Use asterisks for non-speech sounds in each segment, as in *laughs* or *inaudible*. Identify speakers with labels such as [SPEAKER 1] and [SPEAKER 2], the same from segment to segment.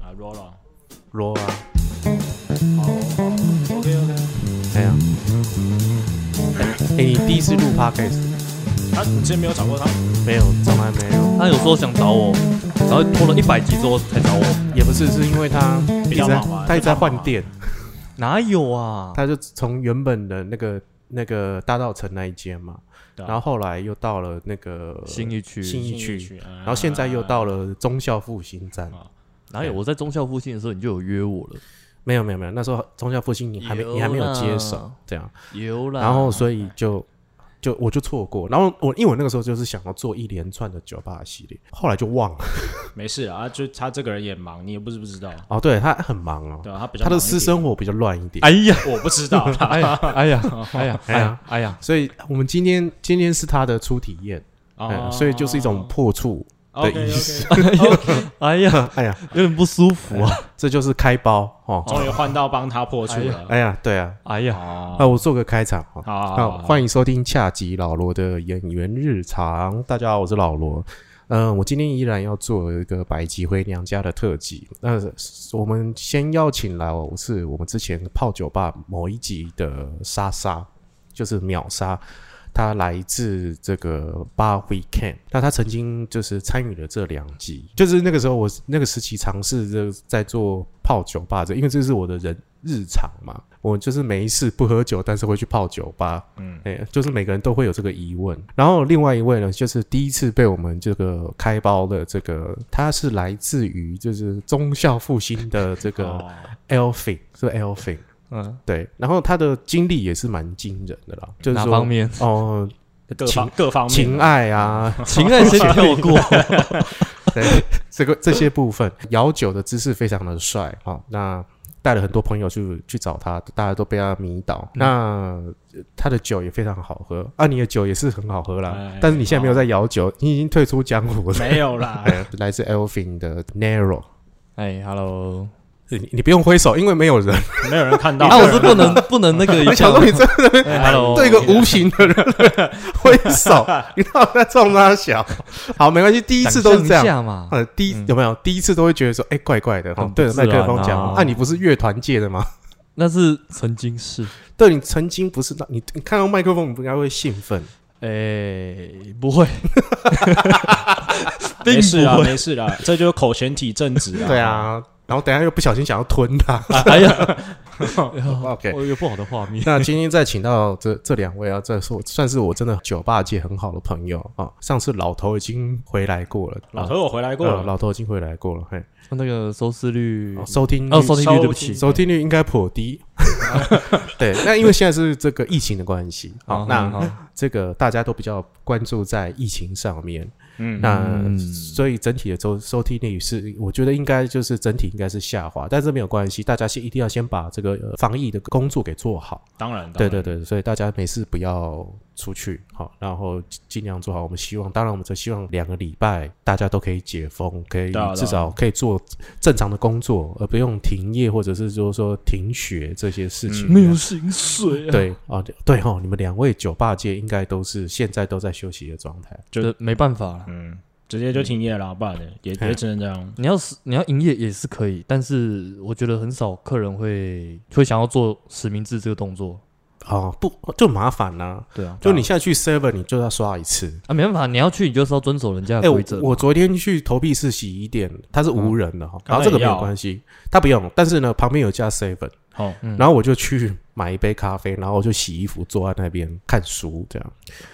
[SPEAKER 1] 啊，roll 了。
[SPEAKER 2] 罗啊，
[SPEAKER 1] 好，OK OK。
[SPEAKER 2] 哎呀，哎，你第一次录 podcast
[SPEAKER 1] 他啊你之前没有找过他，
[SPEAKER 2] 没有？从来没有，
[SPEAKER 3] 他有时候想找我，然后拖了一百集之后才找我，
[SPEAKER 2] 也不是，是因为他一
[SPEAKER 1] 比
[SPEAKER 2] 直
[SPEAKER 1] 较
[SPEAKER 2] 在
[SPEAKER 1] 忙嘛
[SPEAKER 2] 他一直在换店，
[SPEAKER 3] 哪有啊？
[SPEAKER 2] 他就从原本的那个那个大道城那一间嘛，
[SPEAKER 1] 对啊
[SPEAKER 2] 然后后来又到了那个
[SPEAKER 3] 新一区啊
[SPEAKER 2] 信义
[SPEAKER 1] 新
[SPEAKER 2] 区
[SPEAKER 1] 区，然
[SPEAKER 2] 然后现在又到了忠孝复兴站，
[SPEAKER 1] 哦
[SPEAKER 3] 哪有？我在中校附近的时候你就有约我了，
[SPEAKER 2] 没有没有没有，那时候忠孝复兴你还没
[SPEAKER 3] 有啦
[SPEAKER 2] 你还没有接手这样，
[SPEAKER 3] 有啦。
[SPEAKER 2] 然后所以就就我就错过，然后我因为我那个时候就是想要做一连串的酒吧系列，后来就忘了
[SPEAKER 1] 没事啊，就他这个人也忙，你也不是不知道，
[SPEAKER 2] 哦，对他很忙哦，
[SPEAKER 1] 对啊，他比较
[SPEAKER 2] 他的
[SPEAKER 1] 忙一
[SPEAKER 2] 私
[SPEAKER 1] 点
[SPEAKER 2] 生活比较乱一点，
[SPEAKER 3] 哎呀，
[SPEAKER 1] 我不
[SPEAKER 2] *laughs*
[SPEAKER 1] 知道啦
[SPEAKER 3] 哎呀，哎 *laughs* 呀，哎呀，
[SPEAKER 2] 哎
[SPEAKER 3] 哎
[SPEAKER 2] 呀
[SPEAKER 3] 呀，哎呀，
[SPEAKER 2] 所以我们今天今天是他的初体验，嗯，
[SPEAKER 1] 哦，
[SPEAKER 2] 所以就是一种破处，的意思
[SPEAKER 1] OK，
[SPEAKER 3] 哎呀，
[SPEAKER 2] 哎呀，
[SPEAKER 3] 有点不舒服啊！
[SPEAKER 2] 这就是开包哦，
[SPEAKER 1] 终于换到帮他破处了。
[SPEAKER 2] 哎呀，对啊，
[SPEAKER 3] 哎呀，
[SPEAKER 1] 哦，
[SPEAKER 2] 啊，我做个开场哦。
[SPEAKER 1] 好好
[SPEAKER 2] 好，
[SPEAKER 1] 好，
[SPEAKER 2] 欢迎收听恰吉老罗的演员日常。大家好，我是老罗。嗯、我今天依然要做一个百集回娘家的特辑。那、我们先邀请来哦，是我们之前泡酒吧某一集的莎莎，就是秒杀。她来自这个 Bar Weekend，那她曾经就是参与了这两集，就是那个时候我那个时期尝试着在做泡酒吧这，因为这是我的人日常嘛，我就是没事不喝酒，但是会去泡酒吧，
[SPEAKER 1] 嗯，
[SPEAKER 2] 哎、就是每个人都会有这个疑问。然后另外一位呢，就是第一次被我们这个开包的这个，他是来自于就是忠孝复兴的这个
[SPEAKER 1] 哦
[SPEAKER 2] Elfin，是 Elfin。
[SPEAKER 3] 嗯，
[SPEAKER 2] 对，然后他的经历也是蛮惊人的啦，就是
[SPEAKER 3] 哪
[SPEAKER 2] 说
[SPEAKER 3] 方
[SPEAKER 2] *laughs*
[SPEAKER 3] 面？
[SPEAKER 2] 哦，
[SPEAKER 1] 各
[SPEAKER 2] 情
[SPEAKER 1] 方各方面
[SPEAKER 2] 情爱啊， *laughs*
[SPEAKER 3] 情爱先跳过，
[SPEAKER 2] 对，这个这些部分，摇酒的姿势非常的帅啊、哦那带了很多朋友去去找他，大家都被他迷倒。
[SPEAKER 1] 嗯
[SPEAKER 2] 那呃他的酒也非常好喝，啊，你的酒也是很好喝啦。
[SPEAKER 1] 哎哦
[SPEAKER 2] 但是你现在没有在摇酒，你已经退出江湖了。
[SPEAKER 1] 没有啦，
[SPEAKER 2] *laughs* 哎来自 Elfin 的 Narrow，
[SPEAKER 3] 哎，Hello，
[SPEAKER 2] 你你不用挥手，因为没有人。
[SPEAKER 1] *laughs* 没有人
[SPEAKER 2] *laughs*
[SPEAKER 1] 看到。
[SPEAKER 3] 啊，我是不
[SPEAKER 1] *laughs*
[SPEAKER 3] 能不能那个一
[SPEAKER 2] 我
[SPEAKER 3] 下
[SPEAKER 2] 想说你这
[SPEAKER 3] 哎 Hello，
[SPEAKER 1] 哦
[SPEAKER 2] 对一个无形的人 *laughs* 挥
[SPEAKER 1] *laughs*
[SPEAKER 2] 手，你到底在冲他小？好，没关系，第一次都是这
[SPEAKER 3] 想象
[SPEAKER 2] 样
[SPEAKER 3] 一。下嘛，
[SPEAKER 2] 呃，第一、有没有第一次都会觉得说，哎、怪怪的，
[SPEAKER 3] 很啊
[SPEAKER 2] 哦
[SPEAKER 3] 嗯不
[SPEAKER 2] 对着
[SPEAKER 3] 自
[SPEAKER 2] 麦克
[SPEAKER 3] 然
[SPEAKER 2] 风讲
[SPEAKER 3] 啊
[SPEAKER 2] 话，啊，你不是乐团界的吗？ *laughs*
[SPEAKER 3] 那是曾经是，
[SPEAKER 2] 对，你曾经不是那，你你看到麦克风，你不应该会兴奋？
[SPEAKER 3] 哎，不会，并
[SPEAKER 1] 没事啊，
[SPEAKER 3] 不会，
[SPEAKER 1] 没事啦，这就是口嫌体正直啊。
[SPEAKER 2] *laughs* 对，啊，然后等一下又不小心想要
[SPEAKER 3] *laughs*
[SPEAKER 2] 吞它。
[SPEAKER 3] 哎呀
[SPEAKER 2] 哦 OK
[SPEAKER 3] 哦我有一个不好的画面，
[SPEAKER 2] 那今天再请到这这两位啊，这是我算是我真的酒吧界很好的朋友啊、上次老头已经回来过了，
[SPEAKER 1] 老
[SPEAKER 2] 啊
[SPEAKER 1] 头我回来过
[SPEAKER 2] 呃
[SPEAKER 1] 了，
[SPEAKER 2] 老头已经回来过了，嘿，
[SPEAKER 3] 那个收视率
[SPEAKER 2] 哦，收听率
[SPEAKER 3] 哦，收听率，对不
[SPEAKER 1] 收
[SPEAKER 3] 起
[SPEAKER 1] 听，
[SPEAKER 2] 收听率应该颇
[SPEAKER 3] *laughs*
[SPEAKER 2] 低。 *laughs* 对，那因为现在是这个疫情的关系，好、
[SPEAKER 3] 好
[SPEAKER 2] 那
[SPEAKER 3] 好好
[SPEAKER 2] 这个大家都比较关注在疫情上面，
[SPEAKER 1] 嗯
[SPEAKER 2] 那、
[SPEAKER 3] 嗯
[SPEAKER 2] 所以整体的收收听率是，我觉得应该就是整体应该是下滑，但是没有关系，大家先一定要先把这个呃防疫的工作给做好。
[SPEAKER 1] 当然，
[SPEAKER 2] 对
[SPEAKER 1] 当
[SPEAKER 2] 对
[SPEAKER 1] 然，
[SPEAKER 2] 对，所以大家没事不要出去，好，然后尽尽量做好。我们希望，当然我们只希望两个礼拜大家都可以解封，可以
[SPEAKER 1] 对啊对啊
[SPEAKER 2] 至少可以做正常的工作，而不用停业或者是就是说停学这些事情。
[SPEAKER 1] 嗯
[SPEAKER 3] 没有薪水啊，
[SPEAKER 2] 对啊，对哈、哦，你们两位酒吧界应该都是现在都在休息的状态。
[SPEAKER 1] 就
[SPEAKER 3] 这没办法了。
[SPEAKER 1] 嗯，直接就停业了，不然呢也
[SPEAKER 2] 嗯
[SPEAKER 1] 也只能这样。
[SPEAKER 3] 你要是你要营业也是可以，但是我觉得很少客人会会想要做实名制这个动作。
[SPEAKER 2] 哦，不就麻烦啦、
[SPEAKER 3] 对啊，
[SPEAKER 2] 就你现在去 Seven，你就要刷一次。
[SPEAKER 3] 啊，没办法，你要去你就是要遵守人家
[SPEAKER 2] 哎、
[SPEAKER 3] 的
[SPEAKER 2] 我
[SPEAKER 3] 规则。嗯
[SPEAKER 2] 我昨天去投币式洗衣店，它是无人的哈、然后这个没
[SPEAKER 1] 要
[SPEAKER 2] 有关系，它不用。但是呢，旁边有一家 Seven， *laughs*
[SPEAKER 1] 好，
[SPEAKER 3] 嗯
[SPEAKER 2] 然后我就去买一杯咖啡，然后我就洗衣服，坐在那边看书这样。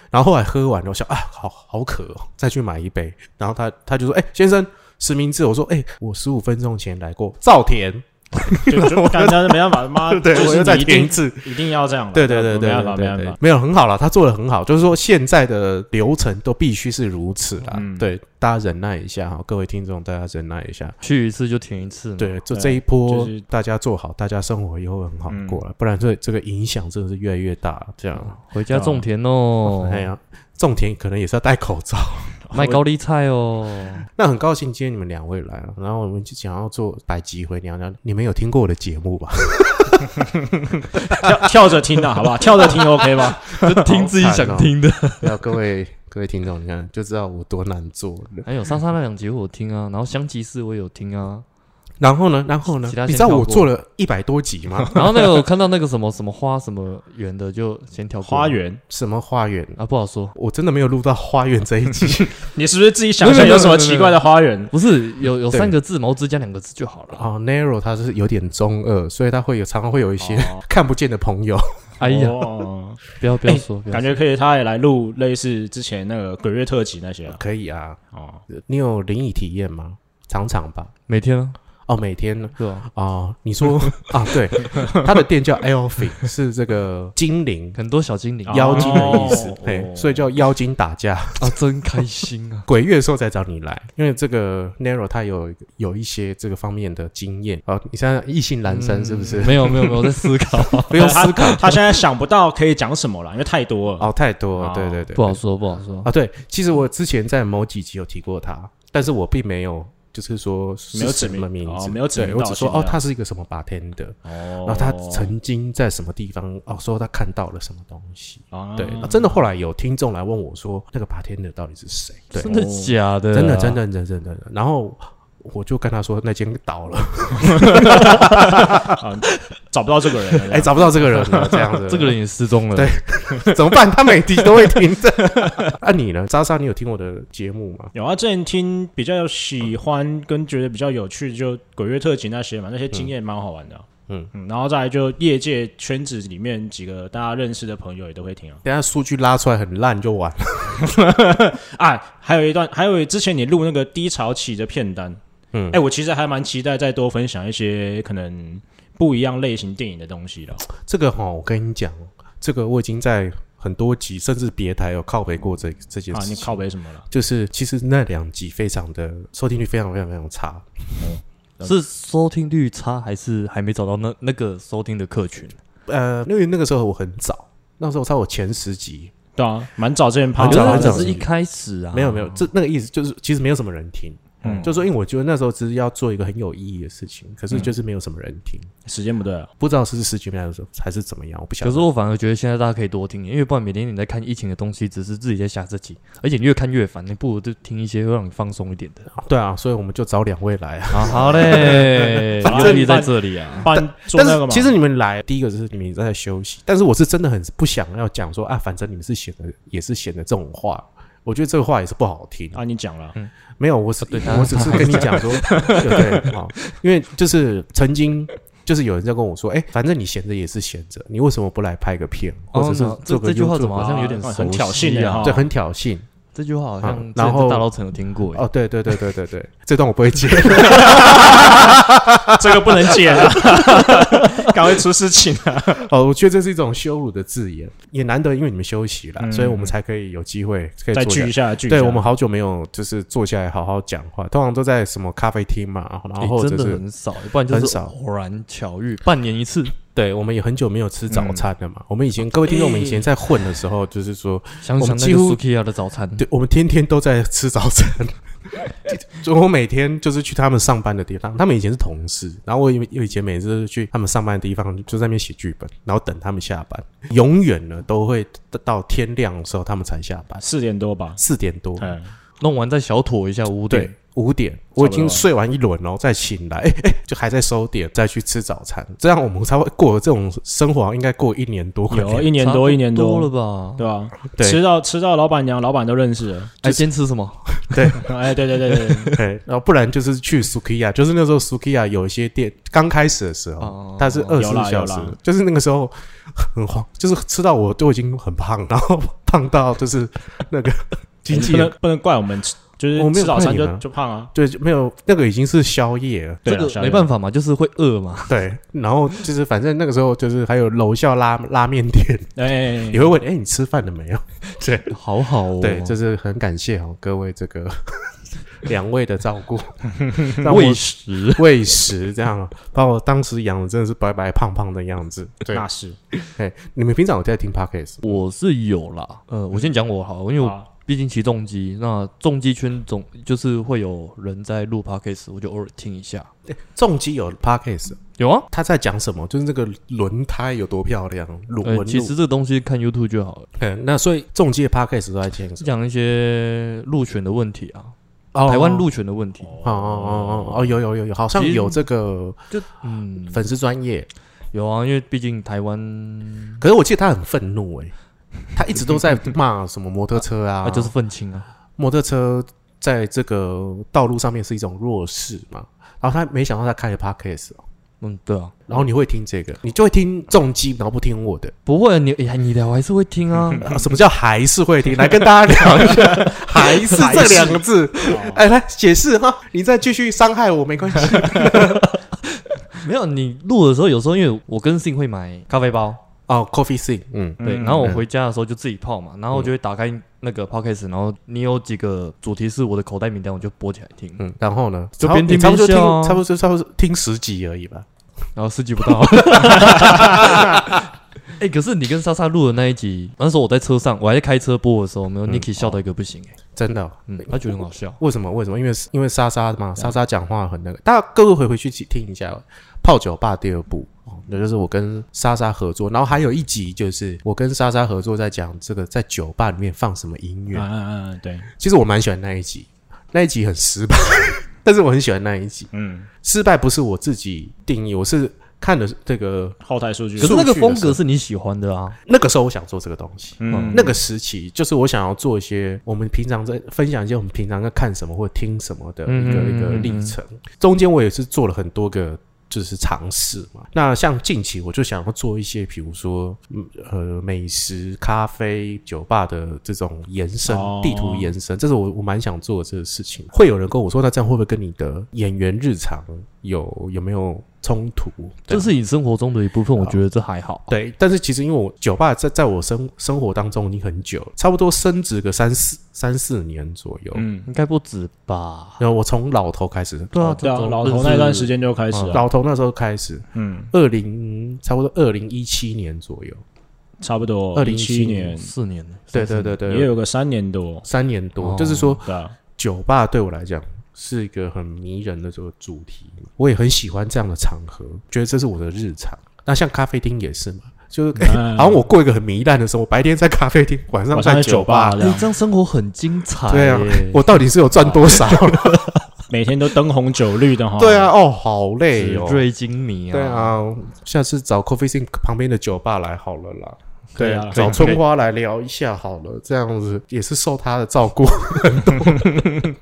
[SPEAKER 2] 然后后来喝完了，我想啊，好好渴哦，再去买一杯。然后他他就说：“哎、先生，实名制。”我说：“哎、我十五分钟前来过，稻 *laughs* 田，
[SPEAKER 1] 就就干这样就没办法，妈，
[SPEAKER 2] *laughs*
[SPEAKER 1] *laughs*
[SPEAKER 2] 对
[SPEAKER 1] 就
[SPEAKER 2] 我
[SPEAKER 1] 是
[SPEAKER 2] 又再
[SPEAKER 1] 你一
[SPEAKER 2] 填一
[SPEAKER 1] 定
[SPEAKER 2] 次。”
[SPEAKER 1] 一定要这样啦，
[SPEAKER 2] 对对对
[SPEAKER 1] 没
[SPEAKER 2] 对
[SPEAKER 1] 办
[SPEAKER 2] 对
[SPEAKER 1] 法，
[SPEAKER 2] 对
[SPEAKER 1] 没
[SPEAKER 2] 对
[SPEAKER 1] 办法，，
[SPEAKER 2] 没有很好了，他做的很好，就是说现在的流程都必须是如此啦。
[SPEAKER 1] 嗯
[SPEAKER 2] 对，大家忍耐一下哈，各位听众，大家忍耐一下。
[SPEAKER 3] 去一次就停一次嘛。，
[SPEAKER 2] 对，就
[SPEAKER 1] 对
[SPEAKER 2] 这一波
[SPEAKER 1] 就是
[SPEAKER 2] 大家做好，大家生活以后会很好
[SPEAKER 1] 嗯
[SPEAKER 2] 过了，不然这这个影响真的是越来越大。这样，
[SPEAKER 3] 回家种田哦，
[SPEAKER 2] 哎呀，种田可能也是要戴口罩。 *laughs*
[SPEAKER 3] 卖高丽菜哦。
[SPEAKER 2] 那很高兴今天你们两位来了，然后我们就想要做百集回娘家，你们有听过我的节目吧？
[SPEAKER 1] 跳跳着听啊的好不好？跳着听 OK 吧？
[SPEAKER 3] 就听自己想听的。
[SPEAKER 2] 对啊，各位各位听众，你看就知道我多难做了。
[SPEAKER 3] 哎还有莎莎那两集我有听啊，然后香吉士我有听啊，
[SPEAKER 2] 然后呢，然后呢
[SPEAKER 3] 其他，
[SPEAKER 2] 你
[SPEAKER 3] 先
[SPEAKER 2] 知道
[SPEAKER 3] 跳
[SPEAKER 2] 我
[SPEAKER 3] 过
[SPEAKER 2] 做了一百多集 *laughs* 吗？
[SPEAKER 3] 然后那个我看到那个什么什么花什么园的，就先跳过
[SPEAKER 1] 花园，
[SPEAKER 2] 什么花园？
[SPEAKER 3] 啊，不好说。
[SPEAKER 2] 我真的没有录到花园这一 *laughs* 集
[SPEAKER 1] 你是不是自己想象有什么奇怪的花园？
[SPEAKER 3] 不是有有
[SPEAKER 2] 对
[SPEAKER 3] 三个字嘛，我只加两个字就好了。
[SPEAKER 2] 啊。Narrow 它是有点中二，所以它会有常常会有一些 *laughs* 看不见的朋友。
[SPEAKER 3] 哎呀，
[SPEAKER 2] *laughs*
[SPEAKER 1] 哦，
[SPEAKER 3] 不要不
[SPEAKER 2] 哎
[SPEAKER 3] 要说，不要
[SPEAKER 1] 感觉可以，他也来录类似之前那个鬼月特辑那些
[SPEAKER 2] *laughs*
[SPEAKER 1] 啊
[SPEAKER 2] 可以啊，
[SPEAKER 1] 哦，
[SPEAKER 2] 你有灵异体验吗？常常吧。
[SPEAKER 3] 每天啊，
[SPEAKER 2] 哦，每天呢？
[SPEAKER 3] 对吧？
[SPEAKER 2] 哦，你 *laughs* 说啊，对，它的店叫 Elfin，是 *laughs* 这个精灵。
[SPEAKER 3] 很多小精灵
[SPEAKER 1] 哦
[SPEAKER 2] 妖精的意思
[SPEAKER 1] 哦，
[SPEAKER 2] 嘿，所以叫妖精打架。 *laughs*
[SPEAKER 3] 啊，真开心啊！
[SPEAKER 2] 鬼月的时候再找你来，因为这个 Narrow 他有有一些这个方面的经验啊。你现在意兴阑珊是不是？
[SPEAKER 3] 嗯没有没有没有，我在思考，
[SPEAKER 2] 不用思考
[SPEAKER 1] 他他现在想不到可以讲什么了，因为
[SPEAKER 2] *laughs*
[SPEAKER 1] 太多了。
[SPEAKER 2] 哦，太多了，
[SPEAKER 1] 哦
[SPEAKER 2] 对 *laughs* 对对，
[SPEAKER 3] 不好说不好说。
[SPEAKER 2] 啊。对，其实我之前在某几集有提过他，但是我并没有就是说是
[SPEAKER 1] 没有指
[SPEAKER 2] 什么
[SPEAKER 1] 名
[SPEAKER 2] 名
[SPEAKER 1] 哦
[SPEAKER 2] 字，
[SPEAKER 1] 没有指
[SPEAKER 2] 对
[SPEAKER 1] 名
[SPEAKER 2] 我
[SPEAKER 1] 道
[SPEAKER 2] 只说哦，
[SPEAKER 1] 姓这样
[SPEAKER 2] 他是一个什么 bartender，
[SPEAKER 1] 哦
[SPEAKER 2] 然后他曾经在什么地方哦，说他看到了什么东西。
[SPEAKER 1] 啊
[SPEAKER 2] 对，啊真的后来有听众来问我说，那个 bartender 到底是谁？对，
[SPEAKER 3] 真的假的啊？，
[SPEAKER 2] 真的真的真的真的。然后我就跟他说，那间倒了。
[SPEAKER 1] 啊找不到这个人了，
[SPEAKER 2] 哎、找不到这个人了，这样
[SPEAKER 3] *laughs*
[SPEAKER 2] 子
[SPEAKER 3] 这个人也失踪了。
[SPEAKER 2] 对怎么办？他每集都会听着。 *laughs* 啊，你呢？莎莎，你有听我的节目吗？
[SPEAKER 1] 有啊，之前听比较喜欢跟觉得比较有趣，就鬼月特辑那些嘛，那些经验蛮好玩的啊、
[SPEAKER 2] 嗯
[SPEAKER 1] 嗯，然后再来就业界圈子里面几个大家认识的朋友也都会听啊。
[SPEAKER 2] 等一下数据拉出来很烂就完了。 *laughs*
[SPEAKER 1] 啊，还有一段，还有之前你录那个低潮期的片单，
[SPEAKER 2] 嗯
[SPEAKER 1] 嗯，哎、我其实还蛮期待再多分享一些可能不一样类型电影的东西了。
[SPEAKER 2] 这个哈，我跟你讲，这个我已经在很多集，甚至别台有靠北过这这件
[SPEAKER 1] 啊，
[SPEAKER 2] 事
[SPEAKER 1] 你
[SPEAKER 2] 情。
[SPEAKER 1] 靠北什么了？
[SPEAKER 2] 就是其实那两集非常的收听率非常非常非常差，
[SPEAKER 3] 是收听率差，还是还没找到那那个收听的客群？
[SPEAKER 2] 呃，因为那个时候我很早，那时候差我前十集，
[SPEAKER 1] 对啊，蛮早之前
[SPEAKER 2] 很
[SPEAKER 1] 拍
[SPEAKER 3] 我觉
[SPEAKER 2] 早
[SPEAKER 3] 得
[SPEAKER 1] 的，啊
[SPEAKER 2] 很
[SPEAKER 3] 只
[SPEAKER 2] 早
[SPEAKER 3] 是一开始啊，
[SPEAKER 2] 没有没有，这那个意思就是其实没有什么人听，
[SPEAKER 1] 嗯
[SPEAKER 2] 就说因为我觉得那时候只是要做一个很有意义的事情，可是
[SPEAKER 3] 嗯
[SPEAKER 2] 就是没有什么人听，
[SPEAKER 1] 时间不对啊。
[SPEAKER 2] 不知道是时局面还是还是怎么样，我不晓
[SPEAKER 3] 可
[SPEAKER 2] 得。
[SPEAKER 3] 是我反而觉得现在大家可以多听，因为不然每天你在看疫情的东西，只是自己在吓自己，而且你越看越烦，你不如就听一些会让你放松一点的。
[SPEAKER 2] 对啊，所以我们就找两位来啊。
[SPEAKER 3] 啊，好 *laughs* 嘞，
[SPEAKER 1] 反正
[SPEAKER 3] 原理在这里啊。
[SPEAKER 1] 办做
[SPEAKER 2] 嗯但
[SPEAKER 1] 那
[SPEAKER 2] 是
[SPEAKER 1] 个嘛，
[SPEAKER 2] 其实你们来，第一个是你们在休息，但是我是真的很不想要讲说啊，反正你们是闲的，也是闲的这种话。我觉得这个话也是不好听。
[SPEAKER 1] 啊，你讲了，
[SPEAKER 2] 没有，
[SPEAKER 3] 哦
[SPEAKER 2] 我是我只是
[SPEAKER 3] 啊
[SPEAKER 2] 跟你讲说，
[SPEAKER 3] *laughs*
[SPEAKER 2] 对不对？好，因为就是曾经就是有人在跟我说，哎，反正你闲着也是闲着，你为什么不来拍个片，或者是
[SPEAKER 3] 哦
[SPEAKER 2] 做
[SPEAKER 3] 这
[SPEAKER 2] 个
[SPEAKER 3] 这句话
[SPEAKER 2] YouTube？
[SPEAKER 3] 怎么好像有点熟
[SPEAKER 1] 啊
[SPEAKER 3] 悉啊
[SPEAKER 1] 很挑衅的哈
[SPEAKER 2] 对，很挑衅。
[SPEAKER 3] 这句话好
[SPEAKER 2] 啊
[SPEAKER 3] 像之前
[SPEAKER 2] 然后
[SPEAKER 3] 在大老城有听过耶，欸
[SPEAKER 2] 哦，对对对对对对，这段我不会接。 *laughs*
[SPEAKER 1] 这个不能
[SPEAKER 2] *laughs*
[SPEAKER 1] 剪啊，赶快出事情啊！
[SPEAKER 2] 哦，我觉得这是一种羞辱的字眼，也难得，因为你们休息了，
[SPEAKER 1] 嗯
[SPEAKER 2] 所以我们才可以有机会可以
[SPEAKER 1] 再
[SPEAKER 2] 坐下
[SPEAKER 1] 聚一下，聚一下。
[SPEAKER 2] 啊对我们好久没有就是坐下来好好讲话，通常都在什么咖啡厅嘛，然
[SPEAKER 3] 诶
[SPEAKER 2] 后或
[SPEAKER 3] 真
[SPEAKER 2] 者
[SPEAKER 3] 的
[SPEAKER 2] 是、
[SPEAKER 3] 很少，欸不然就
[SPEAKER 2] 很
[SPEAKER 3] 是
[SPEAKER 2] 少
[SPEAKER 3] 偶然巧遇，半年一次，
[SPEAKER 2] 对我们也很久没有吃早餐了嘛。我们以前各位听众，我们以前在混的时候，就是说，
[SPEAKER 3] 想
[SPEAKER 2] 我
[SPEAKER 3] 想
[SPEAKER 2] 们
[SPEAKER 3] 那
[SPEAKER 2] 几
[SPEAKER 3] 个
[SPEAKER 2] 乎
[SPEAKER 3] Sukiya 的早餐，
[SPEAKER 2] 对我们天天都在吃早餐。就我每天就是去他们上班的地方，他们以前是同事，然后我以我以前每次都是去他们上班的地方，就在那边写剧本，然后等他们下班，永远呢都会到天亮的时候他们才下班，
[SPEAKER 1] 四点多吧，
[SPEAKER 2] 四点多，
[SPEAKER 1] 嗯，
[SPEAKER 3] 弄完再小妥一下屋顶
[SPEAKER 2] 对，，五点，我已经睡完一轮哦，再醒来，哎、 *laughs* 哎、就还在收点，再去吃早餐，这样我们才会过这种生活，应该过一年多，
[SPEAKER 1] 有一年
[SPEAKER 3] 差不
[SPEAKER 1] 多，一年
[SPEAKER 3] 多了
[SPEAKER 1] 多，
[SPEAKER 3] 吧？
[SPEAKER 1] 对吧？
[SPEAKER 2] 对
[SPEAKER 1] 吃到吃到老板娘、老板都认识了。
[SPEAKER 3] 哎，先吃什么？
[SPEAKER 1] 哎，对对对对，对
[SPEAKER 2] 对，然后不然就是去 Sukiya，就是那时候 Sukiya 有一些店刚开始的时候
[SPEAKER 3] 哦，
[SPEAKER 2] 它是二十
[SPEAKER 1] 有啦
[SPEAKER 2] 小时
[SPEAKER 1] 有啦，
[SPEAKER 2] 就是那个时候很慌，就是吃到我都已经很胖，然后胖到就是那
[SPEAKER 1] *laughs*
[SPEAKER 2] 个经纪
[SPEAKER 1] 不
[SPEAKER 2] 人
[SPEAKER 1] 能。不能怪我们吃，就是
[SPEAKER 2] 我没有
[SPEAKER 1] 吃早餐
[SPEAKER 2] 怪你
[SPEAKER 1] 就
[SPEAKER 2] 们啊
[SPEAKER 1] 就胖啊。
[SPEAKER 2] 对，就没有那个已经是宵夜
[SPEAKER 1] *laughs*
[SPEAKER 2] 了，
[SPEAKER 1] 对啊
[SPEAKER 3] 这
[SPEAKER 1] 了，
[SPEAKER 3] 啊个没办
[SPEAKER 1] 法，
[SPEAKER 3] 法嘛，就是会饿嘛。
[SPEAKER 2] 对。然后就是反正那个时候就是还有楼下拉拉面店，
[SPEAKER 1] 哎哎，哎
[SPEAKER 2] 也会问，哎、你吃饭了没有？
[SPEAKER 3] *laughs* 好好哦，
[SPEAKER 2] 对，这是很感谢哦，各位这个两位的照顾，让我
[SPEAKER 3] 喂食。
[SPEAKER 2] 喂食这样，把我当时养的真的是白白胖胖的样子。对，
[SPEAKER 1] 那是
[SPEAKER 2] 哎，你们平常有在听 podcast？吗
[SPEAKER 3] 我是有啦，呃，我先讲我好，因为我
[SPEAKER 1] 啊，
[SPEAKER 3] 毕竟骑重机，那重机圈总就是会有人在录 podcast，我就偶尔听一下。
[SPEAKER 2] 重机有 podcast，
[SPEAKER 3] 有啊，
[SPEAKER 2] 他在讲什么？就是那个轮胎有多漂亮，轮
[SPEAKER 3] 呃，
[SPEAKER 2] 轮
[SPEAKER 3] 其
[SPEAKER 2] 路
[SPEAKER 3] 实。这个东西看 YouTube 就好了，
[SPEAKER 2] 嗯那所以重机的 podcast 都在听什么
[SPEAKER 3] 讲一些路权的问题啊，
[SPEAKER 2] 哦
[SPEAKER 3] 台湾路权的问题。
[SPEAKER 2] 哦哦哦哦，有有有有，好像
[SPEAKER 3] 其实
[SPEAKER 2] 有这个
[SPEAKER 3] 就嗯，
[SPEAKER 2] 粉丝专业，
[SPEAKER 3] 有啊，因为毕竟台湾
[SPEAKER 2] 可是我记得他很愤怒哎、他一直都在骂什么摩托车啊，
[SPEAKER 3] 那就是愤青啊，
[SPEAKER 2] 摩托车在这个道路上面是一种弱势嘛。然后他没想到他开了 podcast，哦
[SPEAKER 3] 嗯，对啊，
[SPEAKER 2] 然后你会听这个，你就会听重击，然后不听我的。
[SPEAKER 3] 不会啊，你哎呀，你的我还是会听
[SPEAKER 2] *laughs*
[SPEAKER 3] 啊，
[SPEAKER 2] 啊什么叫还是会听？来跟大家聊一
[SPEAKER 3] *laughs*
[SPEAKER 2] 下“还是”这两个字。哎，来解释哈，你再继续伤害我没
[SPEAKER 3] *laughs*
[SPEAKER 2] 关系。
[SPEAKER 3] 没有，你录的时候，有时候因为我跟 Sing 会买咖啡包，
[SPEAKER 2] 哦，coffee thing，嗯，
[SPEAKER 3] 对，
[SPEAKER 1] 嗯
[SPEAKER 3] 然后我回家的时候就自己泡嘛，然后我就会打开那个 podcast，然后你有几个主题是我的口袋名单，我就播起来听，
[SPEAKER 2] 嗯，然后呢，
[SPEAKER 3] 就边听
[SPEAKER 2] 差不多
[SPEAKER 3] 边笑啊
[SPEAKER 2] 听，差不多差不多听十集而已吧。
[SPEAKER 3] 然后四集不到。 *laughs* 哎、可是你跟莎莎录的那一集，那时候我在车上，我还在开车播的时候，没有 Niki 笑到一个不行、哎、
[SPEAKER 2] 真嗯的哦、
[SPEAKER 3] 嗯，他觉得很好笑。
[SPEAKER 2] 为什么？为什么？因为因为莎莎嘛，莎莎讲话很那个，大家各位回回去听一下哦《泡酒吧》第二部，哦那就是我跟莎莎合作，然后还有一集就是我跟莎莎合作在讲这个在酒吧里面放什么音乐
[SPEAKER 1] 嗯，嗯嗯，对，
[SPEAKER 2] 其实我蛮喜欢那一集，那一集很失败， *laughs* 但是我很喜欢那一集。
[SPEAKER 1] 嗯，
[SPEAKER 2] 失败不是我自己定义，我是看了这个
[SPEAKER 1] 后台数据
[SPEAKER 3] 可，是那个
[SPEAKER 2] 数据的
[SPEAKER 3] 风
[SPEAKER 2] 时候
[SPEAKER 3] 格是你喜欢的啊，
[SPEAKER 2] 那个时候我想做这个东西。
[SPEAKER 1] 嗯，
[SPEAKER 2] 那个时期，就是我想要做一些我们平常在分享一些我们平常在看什么或听什么的一个
[SPEAKER 3] 嗯嗯嗯
[SPEAKER 2] 一个
[SPEAKER 3] 嗯
[SPEAKER 2] 历程。中间我也是做了很多个就是尝试嘛。那像近期我就想要做一些，比如说嗯呃美食、咖啡、酒吧的这种延伸、
[SPEAKER 1] 哦
[SPEAKER 2] 地图延伸，这是我我蛮想做的这个事情。会有人跟我说，那这样会不会跟你的演员日常有有没有冲突？
[SPEAKER 3] 这是你生活中的一部分，我觉得这还好。
[SPEAKER 2] 对，但是其实因为我酒吧在在我生生活当中已经很久了，差不多升值个三四三四年左右。
[SPEAKER 1] 嗯，
[SPEAKER 3] 应该不止吧？
[SPEAKER 2] 然后我从老头开始，
[SPEAKER 3] 对啊，
[SPEAKER 1] 对啊，
[SPEAKER 3] 这种
[SPEAKER 1] 老
[SPEAKER 3] 认
[SPEAKER 1] 头
[SPEAKER 3] 识
[SPEAKER 1] 那段时间就开始啊了，
[SPEAKER 2] 老头那时候开始，
[SPEAKER 1] 嗯，
[SPEAKER 2] 二零差不多二零一七年左右，
[SPEAKER 1] 差不多
[SPEAKER 2] 2017
[SPEAKER 1] 七年，
[SPEAKER 3] 四年了，
[SPEAKER 2] 对
[SPEAKER 3] 三
[SPEAKER 2] 对
[SPEAKER 3] 四
[SPEAKER 2] 对
[SPEAKER 3] 年，
[SPEAKER 1] 也
[SPEAKER 2] 对，
[SPEAKER 1] 有个三年多，
[SPEAKER 2] 三年多。
[SPEAKER 3] 哦
[SPEAKER 2] 就是说，
[SPEAKER 1] 对啊，
[SPEAKER 2] 酒吧对我来讲是一个很迷人的这个主题，我也很喜欢这样的场合，觉得这是我的日常。那像咖啡厅也是嘛，就是、 *laughs* *laughs*
[SPEAKER 1] 嗯
[SPEAKER 2] 好像我过一个很糜烂的生活，白天在咖啡厅，晚上
[SPEAKER 1] 晚上
[SPEAKER 2] 在
[SPEAKER 1] 在
[SPEAKER 2] 酒
[SPEAKER 1] 酒
[SPEAKER 2] 吧
[SPEAKER 1] 吧。哎
[SPEAKER 3] 你哎这样生活很精彩耶。
[SPEAKER 2] 对啊，我到底是有赚多
[SPEAKER 1] *laughs*
[SPEAKER 2] 少？
[SPEAKER 1] 每天都灯红酒绿的哈，
[SPEAKER 2] 对啊，，哦，好累
[SPEAKER 3] 纸
[SPEAKER 2] 哦。
[SPEAKER 3] 醉金迷啊。
[SPEAKER 2] 对，啊，下次找 Coffee Think 旁边的酒吧来好了啦。
[SPEAKER 1] 可以
[SPEAKER 2] 对啊，
[SPEAKER 1] 啊可以
[SPEAKER 2] 找春花来聊一下好了，这样子也是受她的照
[SPEAKER 1] *laughs*
[SPEAKER 2] 顾很多。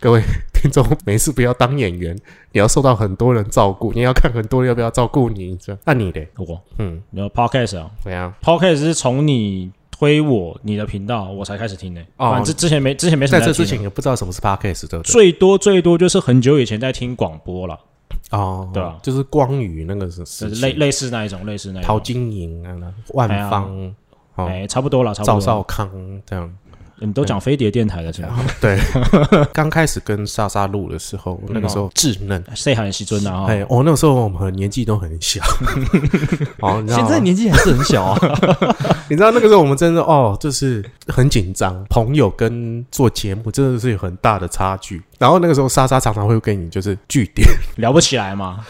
[SPEAKER 2] 各位听众，没事不要当演员，你要受到很多人照顾，你要看很多人要不要照顾你。这样，那你嘞？
[SPEAKER 1] 我，
[SPEAKER 2] 嗯，
[SPEAKER 1] 然后 podcast 啊
[SPEAKER 2] 怎样？
[SPEAKER 1] ，podcast 是从你推我你的频道，我才开始听的，
[SPEAKER 2] 哦
[SPEAKER 1] 反正之之前没之前没什
[SPEAKER 2] 在
[SPEAKER 1] 么
[SPEAKER 2] 这
[SPEAKER 1] 在
[SPEAKER 2] 之
[SPEAKER 1] 听啊
[SPEAKER 2] 前
[SPEAKER 1] 的，
[SPEAKER 2] 也不知道什么是 podcast，对不对？
[SPEAKER 1] 最多最多就是很久以前在听广播了，
[SPEAKER 2] 哦，
[SPEAKER 1] 对啊
[SPEAKER 2] 就是光宇那个是
[SPEAKER 1] 就是是类类似那一种，类似那一
[SPEAKER 2] 陶
[SPEAKER 1] 种，
[SPEAKER 2] 晶莹啊，万
[SPEAKER 1] 哎呀
[SPEAKER 2] 芳，哦，
[SPEAKER 1] 哎，差不多了，差
[SPEAKER 2] 赵
[SPEAKER 1] 不多
[SPEAKER 2] 少
[SPEAKER 1] 了，
[SPEAKER 2] 康这样。
[SPEAKER 1] 你们都讲飞碟电台了，是吧？
[SPEAKER 2] *laughs* 对，刚开始跟莎莎录的时候，那个
[SPEAKER 3] 嗯
[SPEAKER 2] 时候稚嫩，
[SPEAKER 1] 谁喊西尊
[SPEAKER 3] 哦
[SPEAKER 1] 啊？哈
[SPEAKER 2] 哎、我、那个时候我们年纪都很小，
[SPEAKER 3] *laughs*
[SPEAKER 2] 哦，你知道
[SPEAKER 3] 现
[SPEAKER 2] 吗
[SPEAKER 3] 在年纪还是很小
[SPEAKER 2] *laughs*
[SPEAKER 3] 啊。
[SPEAKER 2] 你知道那个时候我们真的哦，就是很紧张，朋友跟做节目真的是有很大的差距。然后那个时候莎莎常常会跟你就是据点，
[SPEAKER 1] 聊不起来
[SPEAKER 2] *laughs*
[SPEAKER 1] 嘛，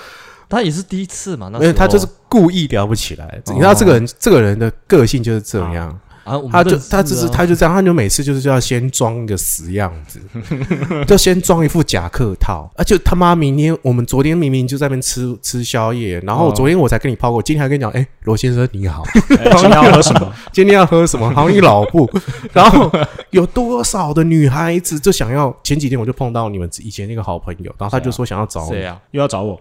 [SPEAKER 3] 他也是第一次嘛，那
[SPEAKER 2] 因
[SPEAKER 3] 时
[SPEAKER 2] 为
[SPEAKER 3] 候
[SPEAKER 2] 他就是故意聊不起来。你知道这个人，这个人的个性就是这样。
[SPEAKER 3] 啊，我们
[SPEAKER 2] 他就
[SPEAKER 3] 认识
[SPEAKER 2] 他就是
[SPEAKER 3] 啊
[SPEAKER 2] 他就这样，他就每次就是要先装一个死样子， *laughs* 就先装一副假客套，啊，就他妈明天我们昨天明明就在那边吃吃宵夜，然后
[SPEAKER 1] 哦
[SPEAKER 2] 昨天我才跟你泡过，今天还跟你讲，哎、罗先生你好， *laughs*
[SPEAKER 1] 哎今天要喝什么？
[SPEAKER 2] 今天要喝什么？好，你老布， *laughs* 然后有多少的女孩子就想要？前几天我就碰到你们以前那个好朋友，然后他就说想要找我，
[SPEAKER 3] 谁啊？
[SPEAKER 1] 又要找我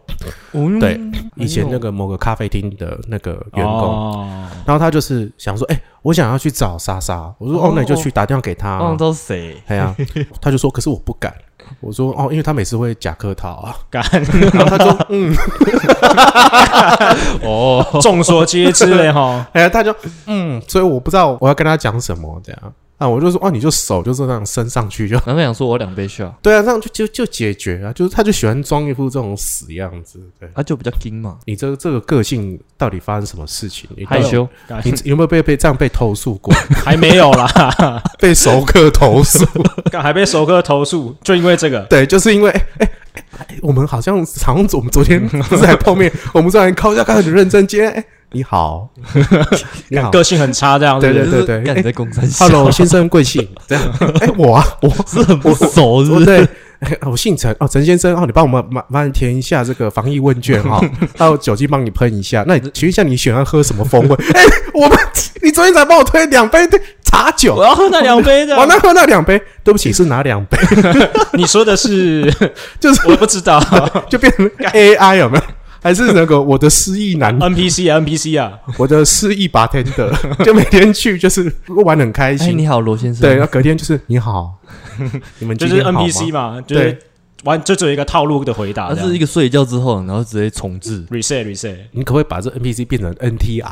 [SPEAKER 3] 嗯
[SPEAKER 2] 对，以前那
[SPEAKER 3] 个
[SPEAKER 2] 个某个咖啡厅的那个员工，
[SPEAKER 1] 哦
[SPEAKER 2] 然后他就是想说，哎、我想要去找莎莎，我说哦，那你就去打电话给她、
[SPEAKER 3] 忘了知道是谁，
[SPEAKER 2] 哎 *laughs* 呀，他就说，可是我不敢。我说哦，因为他每次会假客套啊，
[SPEAKER 1] 干，
[SPEAKER 2] 然后他
[SPEAKER 1] *laughs*
[SPEAKER 2] 说，嗯
[SPEAKER 3] 哦，
[SPEAKER 1] 众所皆知嘞哈。
[SPEAKER 2] *laughs* 哎呀，他就嗯，所以我不知道我要跟他讲什么这样啊，我就说哦，你就手就这样伸上去就， *laughs*
[SPEAKER 3] 然后他想说我两杯 shot，
[SPEAKER 2] 对啊，这样就就就解决啊，就是他就喜欢装一副这种死样子，对
[SPEAKER 3] 他就比较精嘛，
[SPEAKER 2] 你这个这个个性到底发生什么事情？你到
[SPEAKER 3] 害
[SPEAKER 2] 底
[SPEAKER 3] 羞，
[SPEAKER 1] 干
[SPEAKER 2] 你有没有被被这样被投诉过？ *laughs*
[SPEAKER 1] 还没有啦，
[SPEAKER 2] 被熟客投诉？ *laughs*
[SPEAKER 1] 干还被熟客投诉，就因为这个。
[SPEAKER 2] 对，就是因为哎哎 *laughs* 哎，我们好像常我们昨天不是还碰面，我们突然靠一下，开始认真接，哎、你好， *laughs* 你好
[SPEAKER 1] 个性很差这样子。
[SPEAKER 2] 对对
[SPEAKER 3] 就
[SPEAKER 2] 对哎
[SPEAKER 3] 是干 *laughs* 你在公山小
[SPEAKER 2] ，Hello 先生贵姓？这样， *laughs* 哎，我啊，我
[SPEAKER 3] 是很不熟，是不
[SPEAKER 2] 我
[SPEAKER 3] 是？
[SPEAKER 2] 对，哎我姓陈哦，陈先生哦，你帮我们麻麻烦填一下这个防疫问卷哈，还有酒精帮你喷一下。那你请问一下，你喜欢喝什么风味？ *laughs* 哎，我们你昨天才帮我推两杯茶酒
[SPEAKER 1] 我，要喝那两杯的
[SPEAKER 2] 我。那喝那两杯，对不起，是哪两杯？ *laughs*
[SPEAKER 1] 你说的是，
[SPEAKER 2] 就是
[SPEAKER 1] 我不知道
[SPEAKER 2] 就变成 AI 有没有？还是那个我的失忆男，
[SPEAKER 1] NPC 啊 NPC 啊，
[SPEAKER 2] 我的失忆 bartender，就每天去就是玩得很开
[SPEAKER 3] 哎，
[SPEAKER 2] 心。
[SPEAKER 3] 你好，罗先生。
[SPEAKER 2] 对，那隔天就是你好，你们
[SPEAKER 1] 就
[SPEAKER 2] 今
[SPEAKER 1] 是
[SPEAKER 2] 天好吗
[SPEAKER 1] NPC 嘛，就是完就只有一个套路的回答
[SPEAKER 3] 他
[SPEAKER 1] 这样
[SPEAKER 3] 哦是一个睡一觉之后，然后直接重置。
[SPEAKER 1] reset reset，
[SPEAKER 2] 你可不可以把这 NPC 变成 NTR？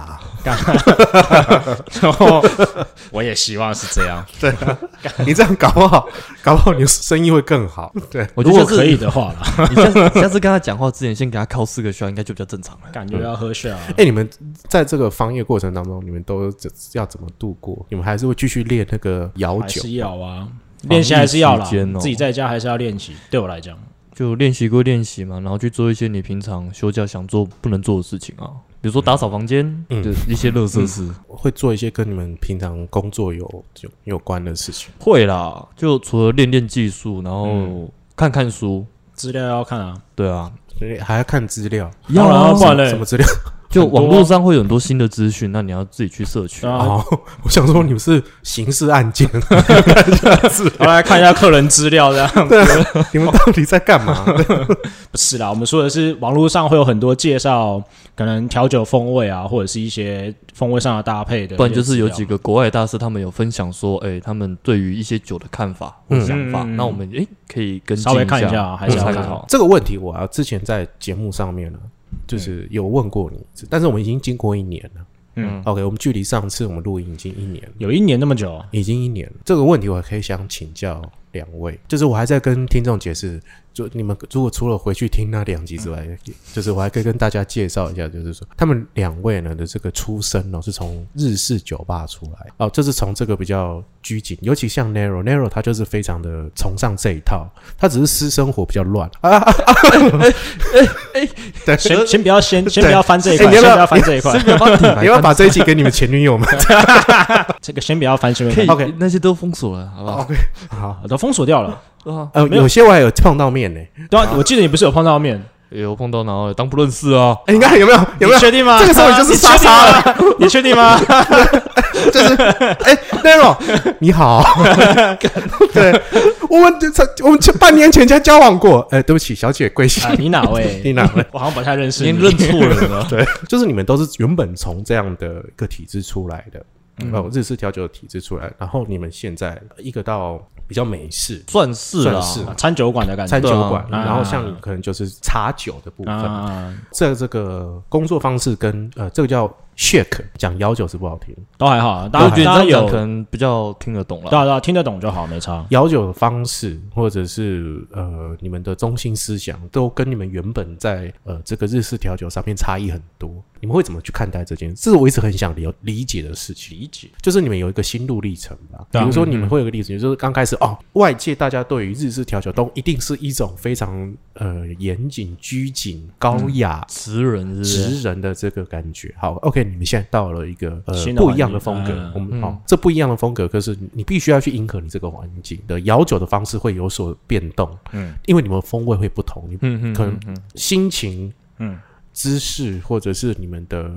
[SPEAKER 1] 然后
[SPEAKER 3] 哦
[SPEAKER 1] *laughs* 我也希望是这样，
[SPEAKER 2] *laughs* 你这样搞不好，搞不好你的生意会更好。 *laughs* 对，
[SPEAKER 3] *laughs* 我觉
[SPEAKER 1] 如
[SPEAKER 3] 得下
[SPEAKER 1] 果
[SPEAKER 3] 次
[SPEAKER 1] 可以，的话啦，
[SPEAKER 3] 你下次下次跟他讲话之前，先给他靠四个圈，应该就比较正常了。
[SPEAKER 1] 感觉要喝下啊。
[SPEAKER 2] 哎、你们在这个防疫过程当中，你们都怎要怎么度过？你们还是会继续练那个摇
[SPEAKER 1] 还
[SPEAKER 2] 酒？
[SPEAKER 1] 是要啊，练习还是要啦，
[SPEAKER 3] 时间哦
[SPEAKER 1] 自己在家还是要练习。对我来讲，
[SPEAKER 3] 就练习归练习嘛，然后去做一些你平常休假想做不能做的事情啊，比如说打扫房间，
[SPEAKER 2] 嗯
[SPEAKER 3] 就是一些乐色事。
[SPEAKER 2] 会做一些跟你们平常工作有有有关的事情？
[SPEAKER 3] 会啦，就除了练练技术，然后看看书，
[SPEAKER 1] 资料要看啊，
[SPEAKER 3] 对啊，
[SPEAKER 2] 还要看资料，
[SPEAKER 1] 要啊，不然
[SPEAKER 2] 什
[SPEAKER 1] 嘞
[SPEAKER 2] 么，资料？
[SPEAKER 3] 就
[SPEAKER 1] 很多啊
[SPEAKER 3] 网络上会有很多新的资讯，那你要自己去摄取。
[SPEAKER 1] 啊，
[SPEAKER 2] 哦，我想说你们是刑事案件， *laughs*
[SPEAKER 1] 我来看一下客人资料这样。
[SPEAKER 3] *laughs*
[SPEAKER 2] 你们到底在干嘛？
[SPEAKER 1] 不是啦，我们说的是网络上会有很多介绍，可能调酒风味啊，或者是一些风味上的搭配的一些资料，
[SPEAKER 3] 不然就是有几个国外大师，他们有分享说，哎、他们对于一些酒的看法或
[SPEAKER 2] 嗯
[SPEAKER 3] 想法，
[SPEAKER 1] 嗯
[SPEAKER 3] 那我们哎、可以跟进
[SPEAKER 1] 稍微看一
[SPEAKER 3] 一
[SPEAKER 1] 下啊，还是要
[SPEAKER 3] 参
[SPEAKER 1] 看。
[SPEAKER 3] 考。
[SPEAKER 2] 这个问题我啊之前在节目上面呢、就是有问过你，但是我们已经经过一年了。
[SPEAKER 1] 嗯，
[SPEAKER 2] OK，我们距离上次我们录音已经一年了。
[SPEAKER 1] 有一年那么久，
[SPEAKER 2] 已经一年了，这个问题我可以想请教两位，就是我还在跟听众解释，就你们如果除了回去听那两集之外，就是我还可以跟大家介绍一下，就是说他们两位呢的这个出身哦，是从日式酒吧出来哦，这是从这个比较拘谨，尤其像 Nero Nero 他就是非常的崇尚这一套，他只是私生活比较乱啊，
[SPEAKER 1] 先先不要先先不要翻这
[SPEAKER 2] 哎
[SPEAKER 1] 一块，
[SPEAKER 2] 你
[SPEAKER 1] 先
[SPEAKER 2] 要不
[SPEAKER 1] 不
[SPEAKER 2] 要
[SPEAKER 1] 要翻这一块，
[SPEAKER 2] 你要不要把这一集给你们前女友们？
[SPEAKER 1] *laughs* 这个先不要翻，先不
[SPEAKER 3] 可
[SPEAKER 1] 要
[SPEAKER 3] 以
[SPEAKER 1] 翻
[SPEAKER 2] OK
[SPEAKER 3] 那些都封锁了，好不好？
[SPEAKER 2] 好，
[SPEAKER 1] 啊都封锁掉了。
[SPEAKER 3] 对 *laughs* 啊，
[SPEAKER 2] 呃，
[SPEAKER 1] 没有
[SPEAKER 2] 有些我还有碰到面呢、
[SPEAKER 1] 对啊，我记得你不是有碰到面，
[SPEAKER 3] 有哎碰到然后当不认识啊，
[SPEAKER 2] 哎，你看有没有有没有
[SPEAKER 1] 你？确定吗？
[SPEAKER 2] 这个时候你就是莎莎
[SPEAKER 1] 了， *laughs* 你确定
[SPEAKER 2] *laughs*
[SPEAKER 1] 吗？
[SPEAKER 2] 哎、n e r
[SPEAKER 1] *laughs*
[SPEAKER 2] o 你好，对，我们这我们这半年前才交往过。哎、对不起，小姐贵姓
[SPEAKER 1] 啊？你哪
[SPEAKER 2] 你
[SPEAKER 1] 位？
[SPEAKER 2] 哪
[SPEAKER 1] *laughs*
[SPEAKER 2] 位？
[SPEAKER 1] 我好像不太认识
[SPEAKER 3] 已
[SPEAKER 1] 你，
[SPEAKER 3] 经认错
[SPEAKER 1] *laughs*
[SPEAKER 3] 人了。对，
[SPEAKER 2] 就是你们都是原本从这样的一个体制出来的，
[SPEAKER 1] 嗯
[SPEAKER 2] 哦，日式调酒的体制出来，然后你们现在一个到比较美式
[SPEAKER 3] 算是啦、*laughs*
[SPEAKER 2] 算是
[SPEAKER 1] 啊餐酒馆的感觉
[SPEAKER 2] 餐酒馆，
[SPEAKER 1] 嗯对啊
[SPEAKER 2] 然后像你可能就是茶酒的部分，
[SPEAKER 1] 啊，
[SPEAKER 2] 这这个工作方式跟呃，这个叫 shake，讲幺酒是不好听，
[SPEAKER 1] 都还好啊，大
[SPEAKER 3] 我
[SPEAKER 1] 家
[SPEAKER 3] 觉得你
[SPEAKER 1] 大家
[SPEAKER 3] 这样
[SPEAKER 1] 有
[SPEAKER 3] 讲可能比较听得懂
[SPEAKER 1] 对
[SPEAKER 3] 了。
[SPEAKER 1] 啊对啊，听得懂就好，没差。
[SPEAKER 2] 摇酒的方式，或者是呃你们的中心思想，都跟你们原本在呃这个日式调酒上面差异很多。你们会怎么去看待这件事？这是我一直很想理理解的事情。理解就是你们有一个心路历程吧。比
[SPEAKER 1] 对啊
[SPEAKER 2] 如说你们会有个历程，就是刚开始哦，外界大家对于日式调酒都一定是一种非常呃严谨、拘谨、高雅。
[SPEAKER 3] 词人是不是？
[SPEAKER 2] 直人的这个感觉，好，OK，你们现在到了一个呃
[SPEAKER 1] 新的
[SPEAKER 2] 不一样
[SPEAKER 1] 环境
[SPEAKER 2] 的风格，
[SPEAKER 1] 嗯
[SPEAKER 2] 我们
[SPEAKER 3] 嗯
[SPEAKER 2] 好、这不一样的风格，可是你必须要去迎合你这个环境的摇酒的方式会有所变动，
[SPEAKER 1] 嗯
[SPEAKER 2] 因为你们风味会不同，你
[SPEAKER 3] 嗯
[SPEAKER 2] 可能
[SPEAKER 3] 嗯
[SPEAKER 2] 心情、
[SPEAKER 1] 嗯，
[SPEAKER 2] 姿势或者是你们的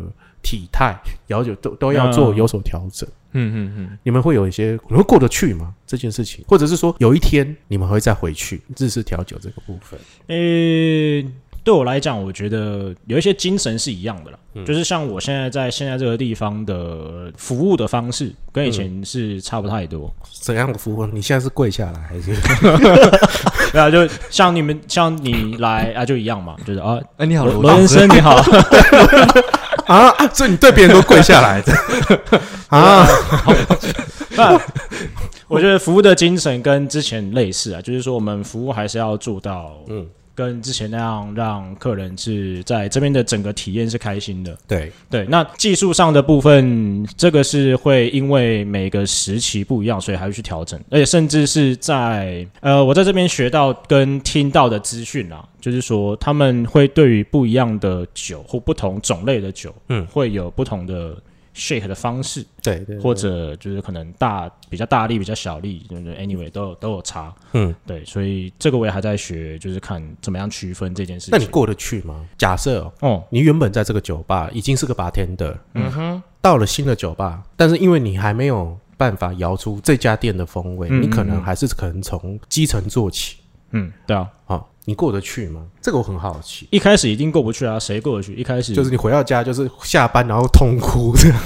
[SPEAKER 2] 体态，摇酒都都要做
[SPEAKER 1] 嗯
[SPEAKER 2] 有所调整。
[SPEAKER 3] 嗯嗯
[SPEAKER 2] 你们会有一些，你们过得去吗？这件事情，或者是说有一天你们会再回去日式调酒这个部分，
[SPEAKER 1] 诶，对我来讲，我觉得有一些精神是一样的啦，
[SPEAKER 2] 嗯
[SPEAKER 1] 就是像我现在在现在这个地方的服务的方式，跟以
[SPEAKER 2] 嗯
[SPEAKER 1] 前是差不太多。
[SPEAKER 2] 怎样的服务？你现在是跪下来还是？
[SPEAKER 1] 对啊，就像你们像你来啊，就一样嘛，就是啊，
[SPEAKER 3] 嗯。哎，你好，
[SPEAKER 1] 罗
[SPEAKER 3] 罗
[SPEAKER 1] 罗先生你好， *laughs*
[SPEAKER 2] 啊，所以你对别人都跪下来 *laughs* 的啊？
[SPEAKER 1] 那我觉得服务的精神跟之前类似啊，就是说我们服务还是要做到，
[SPEAKER 2] 嗯
[SPEAKER 1] 嗯，跟之前那样让客人是在这边的整个体验是开心的。
[SPEAKER 2] 对，
[SPEAKER 1] 对，那技术上的部分，这个是会因为每个时期不一样，所以还会去调整，而且甚至是在呃，我在这边学到跟听到的资讯啊，就是说他们会对于不一样的酒或不同种类的酒，
[SPEAKER 2] 嗯
[SPEAKER 1] 会有不同的 shake 的方式，
[SPEAKER 2] 对对，
[SPEAKER 1] 或者就是可能大比较大力，比较小力，就是 anyway 都有都有差，
[SPEAKER 2] 嗯，
[SPEAKER 1] 对，所以这个我也还在学，就是看怎么样区分这件事情。
[SPEAKER 2] 那你过得去吗？假设哦
[SPEAKER 1] 哦，
[SPEAKER 2] 你原本在这个酒吧已经是个 bartender，嗯哼，到了新的酒吧，但是因为你还没有办法摇出这家店的风味，
[SPEAKER 1] 嗯
[SPEAKER 2] 你可能
[SPEAKER 1] 嗯嗯
[SPEAKER 2] 还是可能从基层做起
[SPEAKER 1] 嗯，对啊，
[SPEAKER 2] 啊、哦你过得去吗？这个我很好奇。
[SPEAKER 1] 一开始一定过不去啊，谁过得去？一开始
[SPEAKER 2] 就是你回到家，就是下班然后痛哭这样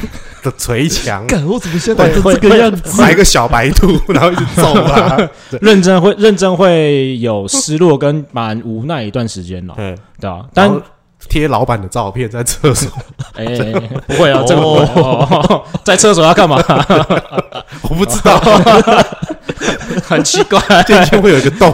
[SPEAKER 2] 的捶墙，
[SPEAKER 3] 干，我怎么现在都
[SPEAKER 1] 会
[SPEAKER 3] 这个样
[SPEAKER 1] *laughs*
[SPEAKER 3] 子？
[SPEAKER 2] 买个小白兔，然后一直揍啊。
[SPEAKER 1] 认真会认真会有失落跟蛮无奈一段时间了，
[SPEAKER 2] 嗯，
[SPEAKER 1] 对啊， *laughs* 但
[SPEAKER 2] 然后贴老板的照片在厕所，
[SPEAKER 1] 哎、不会啊，这个不会、哦、在厕所要干嘛？ *laughs*
[SPEAKER 2] *laughs* 我不知道
[SPEAKER 1] 很奇怪，
[SPEAKER 2] 进去会有一个洞。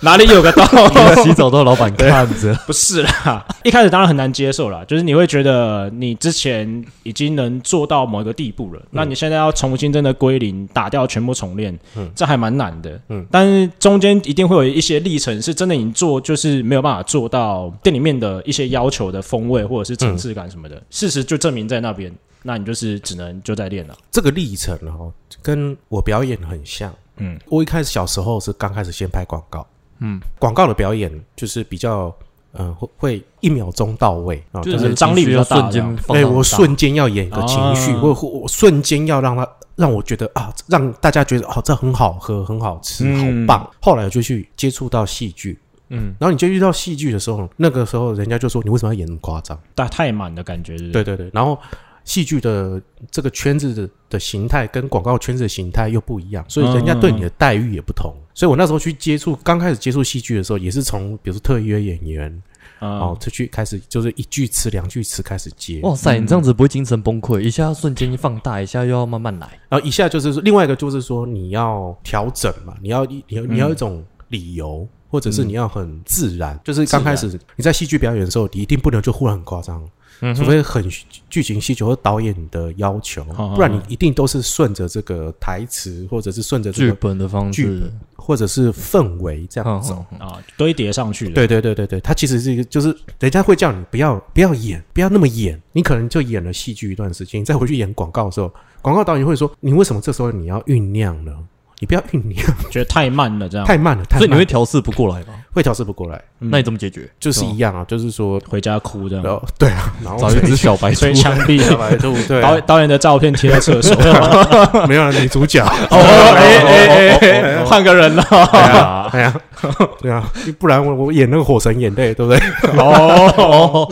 [SPEAKER 1] 哪里有个洞？
[SPEAKER 3] 你洗澡都有老板看 *laughs* 着，
[SPEAKER 1] 不是啦， *laughs* 一开始当然很难接受啦，就是你会觉得你之前已经能做到某一个地步了，那你现在要重新真的归零，打掉全部重练，这还蛮难的。嗯，但是中间一定会有一些历程，是真的你做就是没有办法做到店里面的一些要求的风味或者是层次感什么的，事实就证明在那边，那你就是只能就在练了。
[SPEAKER 2] *laughs* 这个历程哦，跟我表演很像。
[SPEAKER 1] 嗯，
[SPEAKER 2] 我一开始小时候是刚开始先拍广告，
[SPEAKER 3] 嗯，
[SPEAKER 2] 广告的表演就是比较，呃，会会一秒钟到位啊，
[SPEAKER 1] 就是张力比较大哎
[SPEAKER 3] 瞬间放
[SPEAKER 2] 对
[SPEAKER 3] 大
[SPEAKER 2] 我瞬间要演一个情绪，
[SPEAKER 1] 啊
[SPEAKER 2] 或或我瞬间要让他让我觉得啊，让大家觉得哦，这很好喝，很好吃，好
[SPEAKER 1] 嗯
[SPEAKER 2] 棒。后来我就去接触到戏剧，
[SPEAKER 3] 嗯，
[SPEAKER 2] 然后你接触到戏剧的时候，那个时候人家就说你为什么要演那么夸张？
[SPEAKER 1] 但太满的感觉是不是
[SPEAKER 2] 对对对，然后戏剧的这个圈子的的形态跟广告圈子的形态又不一样，所以人家对你的待遇也不同。所以我那时候去接触，刚开始接触戏剧的时候，也是从比如说特约演员
[SPEAKER 1] 嗯
[SPEAKER 2] 哦，这去开始就是一句词两句词开始接，
[SPEAKER 3] 哇塞，你这样子不会精神崩溃？一下瞬间一放大，一下又要慢慢来。
[SPEAKER 2] 然后一下就是说另外一个就是说你要调整嘛，你要你要你要一种理由。或者是你要很自然，就是刚开始你在戏剧表演的时候，你一定不能就忽然很夸张，
[SPEAKER 3] 嗯
[SPEAKER 2] 除非很剧情需求或导演的要求，
[SPEAKER 1] 嗯
[SPEAKER 2] 不然你一定都是顺着这个台词，或者是顺着这
[SPEAKER 3] 剧
[SPEAKER 2] 个，
[SPEAKER 3] 本的方
[SPEAKER 2] 剧
[SPEAKER 3] 式
[SPEAKER 2] 本，或者是氛围这样
[SPEAKER 3] 嗯
[SPEAKER 2] 走。
[SPEAKER 3] 嗯
[SPEAKER 1] 啊，堆叠上去的。
[SPEAKER 2] 对对对对对，它其实是一个，就是人家会叫你不要不要演，不要那么演，你可能就演了戏剧一段时间，你再回去演广告的时候，广告导演会说，你为什么这时候你要酝酿呢？你不要酝酿，
[SPEAKER 1] 觉得太慢了，这样
[SPEAKER 2] 太慢了，太慢
[SPEAKER 3] 所
[SPEAKER 2] 了
[SPEAKER 3] 以你会调试不过来吗？
[SPEAKER 2] 会调试不过来，
[SPEAKER 1] 嗯
[SPEAKER 3] 那你怎么解决？
[SPEAKER 2] 就是一样啊，就是说，
[SPEAKER 1] 回家哭这样
[SPEAKER 2] 然。后对啊，然后
[SPEAKER 3] 找一只小白兔
[SPEAKER 1] 吹，墙壁，
[SPEAKER 2] 白兔， *laughs* 对啊
[SPEAKER 1] 导 *laughs* 演导演的照片贴在
[SPEAKER 2] *laughs*
[SPEAKER 1] 厕所。
[SPEAKER 2] 没有啊女主角，
[SPEAKER 1] 哦，哎哎
[SPEAKER 3] 哦
[SPEAKER 2] 啊 *laughs*
[SPEAKER 1] 哎， *laughs*
[SPEAKER 2] 哦
[SPEAKER 1] 换个人了。啊
[SPEAKER 2] 哎呀， *laughs* 对啊，不然我我演那个《火神眼泪》，对
[SPEAKER 1] *laughs*
[SPEAKER 2] 不对？
[SPEAKER 1] 哦，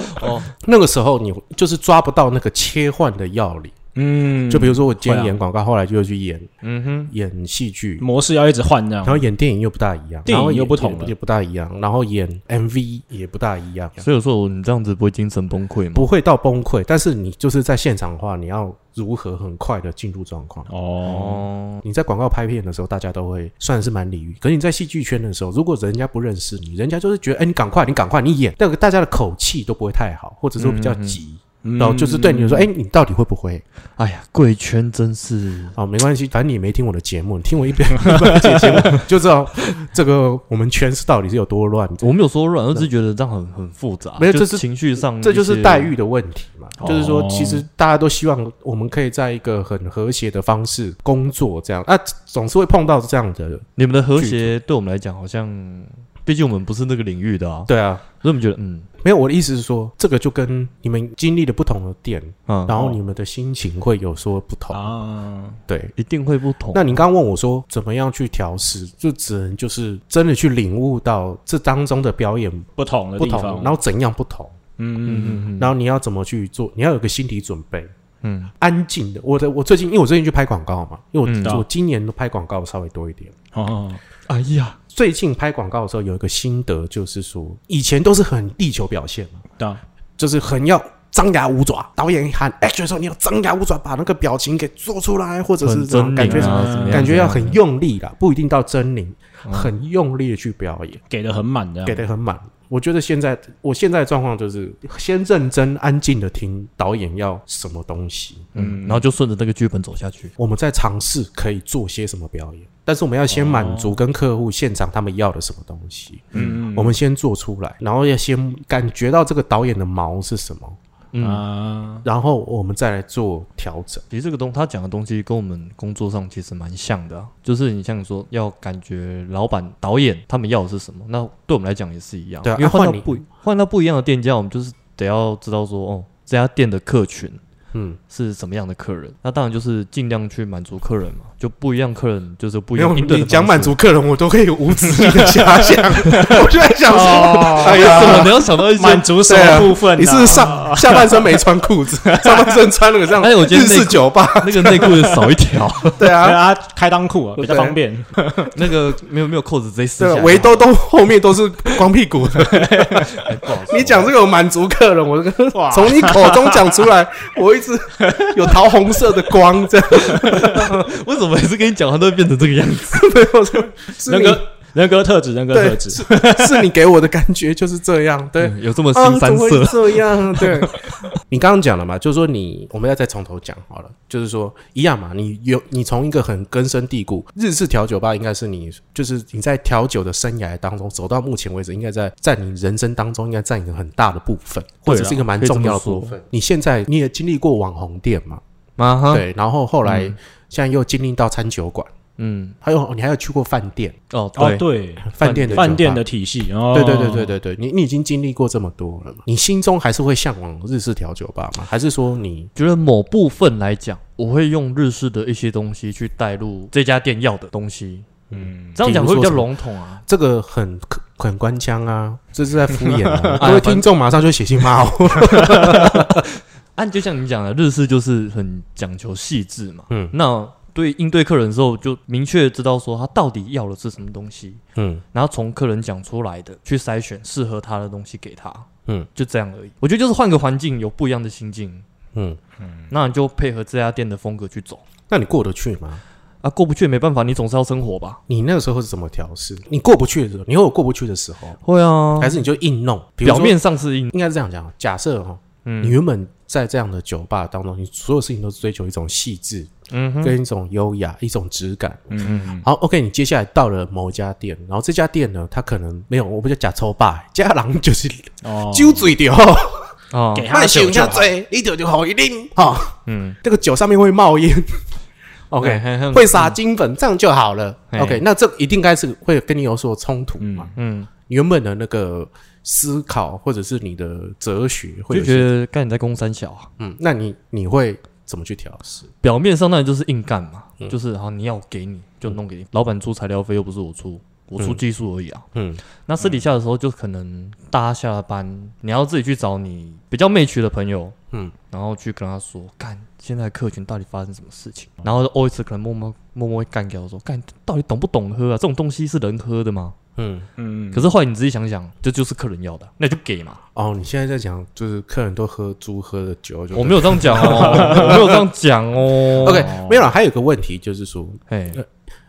[SPEAKER 2] 那个时候你就是抓不到那个切换的要领。
[SPEAKER 1] 嗯，
[SPEAKER 2] 就比如说我今
[SPEAKER 1] 会
[SPEAKER 2] 天
[SPEAKER 1] 啊
[SPEAKER 2] 演广告，后来就去演
[SPEAKER 3] 嗯哼，
[SPEAKER 2] 演戏剧，
[SPEAKER 1] 模式要一直换这
[SPEAKER 2] 然后
[SPEAKER 1] 样。
[SPEAKER 2] 演电影又不大一样，
[SPEAKER 1] 嗯电影
[SPEAKER 2] 然后演
[SPEAKER 1] 又不同了嗯
[SPEAKER 2] 也也不大一样，然后演 MV 也不大一样，
[SPEAKER 3] 所以说你这样子不会精神崩溃吗？
[SPEAKER 2] 不会到崩溃，但是你就是在现场的话，你要如何很快的进入状况？
[SPEAKER 1] 哦，
[SPEAKER 3] 哦，
[SPEAKER 2] 你在广告拍片的时候，大家都会算是蛮礼遇。可是你在戏剧圈的时候，如果人家不认识你，人家就是觉得，哎、你赶快，你赶快，你演，那个大家的口气都不会太好，或者说比较急，然后就是对你说，哎、你到底会不会？
[SPEAKER 3] 嗯哎呀，贵圈真是
[SPEAKER 2] 哦，没关系，反正你也没听我的节目，你 *laughs* 听我一遍一遍的节目就知道这个我们圈是到底是有多乱。
[SPEAKER 3] 我没有说乱，我只是觉得这样很很复杂，
[SPEAKER 2] 没有
[SPEAKER 3] 就
[SPEAKER 2] 这是
[SPEAKER 3] 情绪上，
[SPEAKER 2] 这就是待。遇的问题嘛，
[SPEAKER 1] 哦
[SPEAKER 2] 就是说，其实大家都希望我们可以在一个很和谐的方式工作，这样啊，总是会碰到这样的，
[SPEAKER 3] 你们的和谐对我们来讲，好像毕竟我们不是那个领域的啊，
[SPEAKER 2] 对啊，
[SPEAKER 3] 所以我们觉得嗯
[SPEAKER 2] 没有我的意思是说，这个就跟你们经历了不同的店，
[SPEAKER 1] 哦
[SPEAKER 3] 啊，
[SPEAKER 2] 然后你们的心情会有所不同，
[SPEAKER 1] 啊，
[SPEAKER 2] 对。
[SPEAKER 3] 一定会不同。
[SPEAKER 2] 那你刚刚问我说怎么样去调试，就只能就是真的去领悟到这当中的表演
[SPEAKER 1] 不同的
[SPEAKER 2] 不
[SPEAKER 1] 地
[SPEAKER 2] 同，
[SPEAKER 1] 方。
[SPEAKER 2] 然后怎样不同，
[SPEAKER 1] 嗯嗯
[SPEAKER 3] 嗯嗯
[SPEAKER 2] 然后你要怎么去做？你要有个心理准备，啊
[SPEAKER 3] 嗯
[SPEAKER 2] 安静的。我的我最近，因为我最近去拍广告嘛，因为我、
[SPEAKER 3] 嗯
[SPEAKER 1] 哦
[SPEAKER 2] 我今年都拍广告稍微多一点。
[SPEAKER 1] 嗯，哦，
[SPEAKER 3] 哎呀，
[SPEAKER 2] 最近拍广告的时候有一个心得，就是说以前都是很力求表现嘛，
[SPEAKER 1] 对啊，
[SPEAKER 2] 就是很要张牙舞爪。导演一喊 action 的时候，你要张牙舞爪把那个表情给做出来，或者是
[SPEAKER 3] 很
[SPEAKER 2] 这种
[SPEAKER 3] 狰
[SPEAKER 2] 感
[SPEAKER 3] 狞
[SPEAKER 2] 觉，
[SPEAKER 3] 啊，嗯
[SPEAKER 1] 是
[SPEAKER 3] 怎么样
[SPEAKER 2] 感觉要
[SPEAKER 3] 怎么样
[SPEAKER 2] 很用力啦，不一定到狰狞。很用力的去表演，
[SPEAKER 1] 给的很满的，
[SPEAKER 2] 给的很满。
[SPEAKER 3] 嗯
[SPEAKER 2] 我觉得现在我现在的状况就是先认真安静的听导演要什么东西，
[SPEAKER 3] 嗯，然后就顺着那个剧本走下去。
[SPEAKER 2] 我们在尝试可以做些什么表演，但是我们要先满足跟客户现场他们要的什么东西，
[SPEAKER 1] 嗯，
[SPEAKER 2] 我们先做出来，然后要先感觉到这个导演的毛是什么，
[SPEAKER 1] 嗯啊，
[SPEAKER 2] 然后我们再来做调整。
[SPEAKER 3] 其实这个东他讲的东西跟我们工作上其实蛮像的、啊，就是你像说要感觉老板、导演他们要的是什么，那对我们来讲也是一样。
[SPEAKER 2] 对啊
[SPEAKER 3] 因为
[SPEAKER 2] 啊
[SPEAKER 3] 换
[SPEAKER 2] 换
[SPEAKER 3] 到
[SPEAKER 2] 你
[SPEAKER 3] 不换到不一样的店家，我们就是得要知道说，哦，这家店的客群
[SPEAKER 2] 嗯，
[SPEAKER 3] 是什么样的客人，那当然就是尽量去满足客人嘛，就不一样客人就是不
[SPEAKER 2] 不
[SPEAKER 3] 一样
[SPEAKER 2] 用
[SPEAKER 3] 应对
[SPEAKER 2] 你
[SPEAKER 3] 的
[SPEAKER 2] 讲
[SPEAKER 3] 方
[SPEAKER 2] 满
[SPEAKER 3] 式
[SPEAKER 2] 足。客人，我都可以无止境的 *laughs* 遐想。我就在想说，
[SPEAKER 3] *laughs*
[SPEAKER 2] 哎
[SPEAKER 3] 怎么
[SPEAKER 2] 呀，
[SPEAKER 3] 没有想到一些
[SPEAKER 1] 满足什么部分啊？
[SPEAKER 2] 你是不是上下半身没穿裤 *laughs* 子，上半身穿了个这样
[SPEAKER 3] 哎我觉得
[SPEAKER 2] 日式
[SPEAKER 3] 内
[SPEAKER 2] 酒 *laughs* 吧，
[SPEAKER 3] 那个内裤的少一条， *laughs*
[SPEAKER 2] 对啊，
[SPEAKER 1] 啊，开裆裤啊，比较
[SPEAKER 2] 对 *laughs*
[SPEAKER 1] 方便。
[SPEAKER 3] 那个没有没有扣子直接撕下
[SPEAKER 2] 对啊
[SPEAKER 3] 来，，
[SPEAKER 2] 围兜兜后面都是光屁股 *laughs* 的。
[SPEAKER 3] 哎不好说
[SPEAKER 2] 你讲这个我满足客人，我这个
[SPEAKER 1] 哇
[SPEAKER 2] 从你口中讲出来，我一直有桃红色的光， *laughs* 这样
[SPEAKER 3] *laughs* 为什么每次跟你讲，他都会变成这个样子？
[SPEAKER 2] 没有错，是
[SPEAKER 1] 人
[SPEAKER 2] 你
[SPEAKER 1] 格人格特质，人格特
[SPEAKER 2] 对，
[SPEAKER 1] 质
[SPEAKER 2] 是 *laughs* 是你给我的感觉就是这样，对。
[SPEAKER 3] 嗯有这么
[SPEAKER 2] 啊，
[SPEAKER 3] 新
[SPEAKER 2] 怎
[SPEAKER 3] 三
[SPEAKER 2] 么
[SPEAKER 3] 色
[SPEAKER 2] 会？这样？对， *laughs* 你刚刚讲了嘛，就是说你，我们要再从头讲好了，就是说一样嘛，你有你从一个很根深蒂固日式调酒吧，应该是你就是你在调酒的生涯当中走到目前为止，应该在占你人生当中应该占一个很大的部分，或者
[SPEAKER 1] 对啦
[SPEAKER 2] 是一个蛮
[SPEAKER 3] 可以这
[SPEAKER 2] 重
[SPEAKER 3] 么
[SPEAKER 2] 要的
[SPEAKER 3] 说
[SPEAKER 2] 部分。你现在你也经历过网红店嘛，
[SPEAKER 3] 啊哈，
[SPEAKER 2] 对，然后后来现在又经历到餐酒馆，
[SPEAKER 3] 嗯，
[SPEAKER 2] 还有你还有去过饭店，
[SPEAKER 3] 哦，
[SPEAKER 1] 哦，
[SPEAKER 3] 对，
[SPEAKER 1] 对，
[SPEAKER 2] 饭店的
[SPEAKER 1] 饭店
[SPEAKER 2] 酒吧
[SPEAKER 1] 的体系，哦，
[SPEAKER 2] 对对对对，对对，你你已经经历过这么多了嘛？你心中还是会向往日式调酒吧吗？还是说你
[SPEAKER 3] 觉得某部分来讲，我会用日式的一些东西去带入这家店要的东西。
[SPEAKER 1] 嗯，
[SPEAKER 3] 这样讲会比较笼统啊。
[SPEAKER 2] 这个很很官腔啊？这是在敷衍啊！
[SPEAKER 3] 哎
[SPEAKER 2] 各位听众马上就写信骂我。 *laughs*
[SPEAKER 3] 啊，就像你讲的，日式就是很讲求细致嘛。
[SPEAKER 2] 嗯
[SPEAKER 3] 那对应对客人的时候，就明确知道说他到底要的是什么东西，
[SPEAKER 2] 嗯
[SPEAKER 3] 然后从客人讲出来的去筛选适合他的东西给他。
[SPEAKER 2] 嗯，
[SPEAKER 3] 就这样而已。我觉得就是换个环境，有不一样的心境，
[SPEAKER 2] 嗯，
[SPEAKER 3] 那你就配合这家店的风格去走。
[SPEAKER 2] 那你过得去吗？
[SPEAKER 3] 啊，过不去也没办法，你总是要生活吧？
[SPEAKER 2] 你那个时候是怎么调试？你过不去的时候，你会有过不去的时候，
[SPEAKER 3] 会啊，
[SPEAKER 2] 还是你就硬弄？比如
[SPEAKER 3] 表
[SPEAKER 2] 说
[SPEAKER 3] 面上是硬，
[SPEAKER 2] 应该是这样讲。假设哈，你
[SPEAKER 3] 嗯
[SPEAKER 2] 原本在这样的酒吧当中，你所有事情都追求一种细致，
[SPEAKER 3] 嗯哼，
[SPEAKER 2] 跟一种优雅，一种质感。
[SPEAKER 1] 嗯
[SPEAKER 2] 好，OK，你接下来到了某一家店，然后这家店呢，它可能没有，我不叫假抽吧，家人就是
[SPEAKER 1] 嗯，哦，
[SPEAKER 2] 酒醉掉，
[SPEAKER 3] 啊，
[SPEAKER 1] 给他
[SPEAKER 2] 卖
[SPEAKER 1] 的
[SPEAKER 2] 想
[SPEAKER 1] 酒就
[SPEAKER 2] 下
[SPEAKER 1] 好
[SPEAKER 2] 醉，你就就好一定哈，
[SPEAKER 3] 嗯
[SPEAKER 2] 这个酒上面会冒烟，OK，
[SPEAKER 3] OK，
[SPEAKER 2] 会撒金粉，这样就好了
[SPEAKER 1] 嗯
[SPEAKER 3] 嘿
[SPEAKER 1] 哎
[SPEAKER 2] ，OK，那这一定该是会跟你有所冲突嘛？
[SPEAKER 3] 嗯，
[SPEAKER 2] 原本的那个思考或者是你的哲学，会
[SPEAKER 3] 就
[SPEAKER 2] 有
[SPEAKER 3] 觉
[SPEAKER 2] 些
[SPEAKER 3] 得干你在攻三小啊，
[SPEAKER 2] 嗯，那你你会怎么去调试？
[SPEAKER 3] 表面上当然就是硬干嘛，就是好你要我给你就弄给你，老板出材料费又不是我出，我出技术而已啊。
[SPEAKER 2] 嗯
[SPEAKER 3] 那私底下的时候就可能大家下了班，你要自己去找你比较媚趣的朋友，
[SPEAKER 2] 嗯，
[SPEAKER 3] 然后去跟他说，干现在客群到底发生什么事情，然后 OS 可能默默默默会干掉说，干到底懂不懂喝啊？这种东西是人喝的吗？
[SPEAKER 2] 嗯，
[SPEAKER 1] 嗯，
[SPEAKER 3] 可是后来你仔细想想，这就是客人要的，那就给嘛。
[SPEAKER 2] 哦，你现在在讲就是客人都喝猪喝的酒，就
[SPEAKER 3] 我没有这样讲哦，我没有这样讲哦。
[SPEAKER 2] OK，没有了。还有一个问题就是说，
[SPEAKER 3] 哎，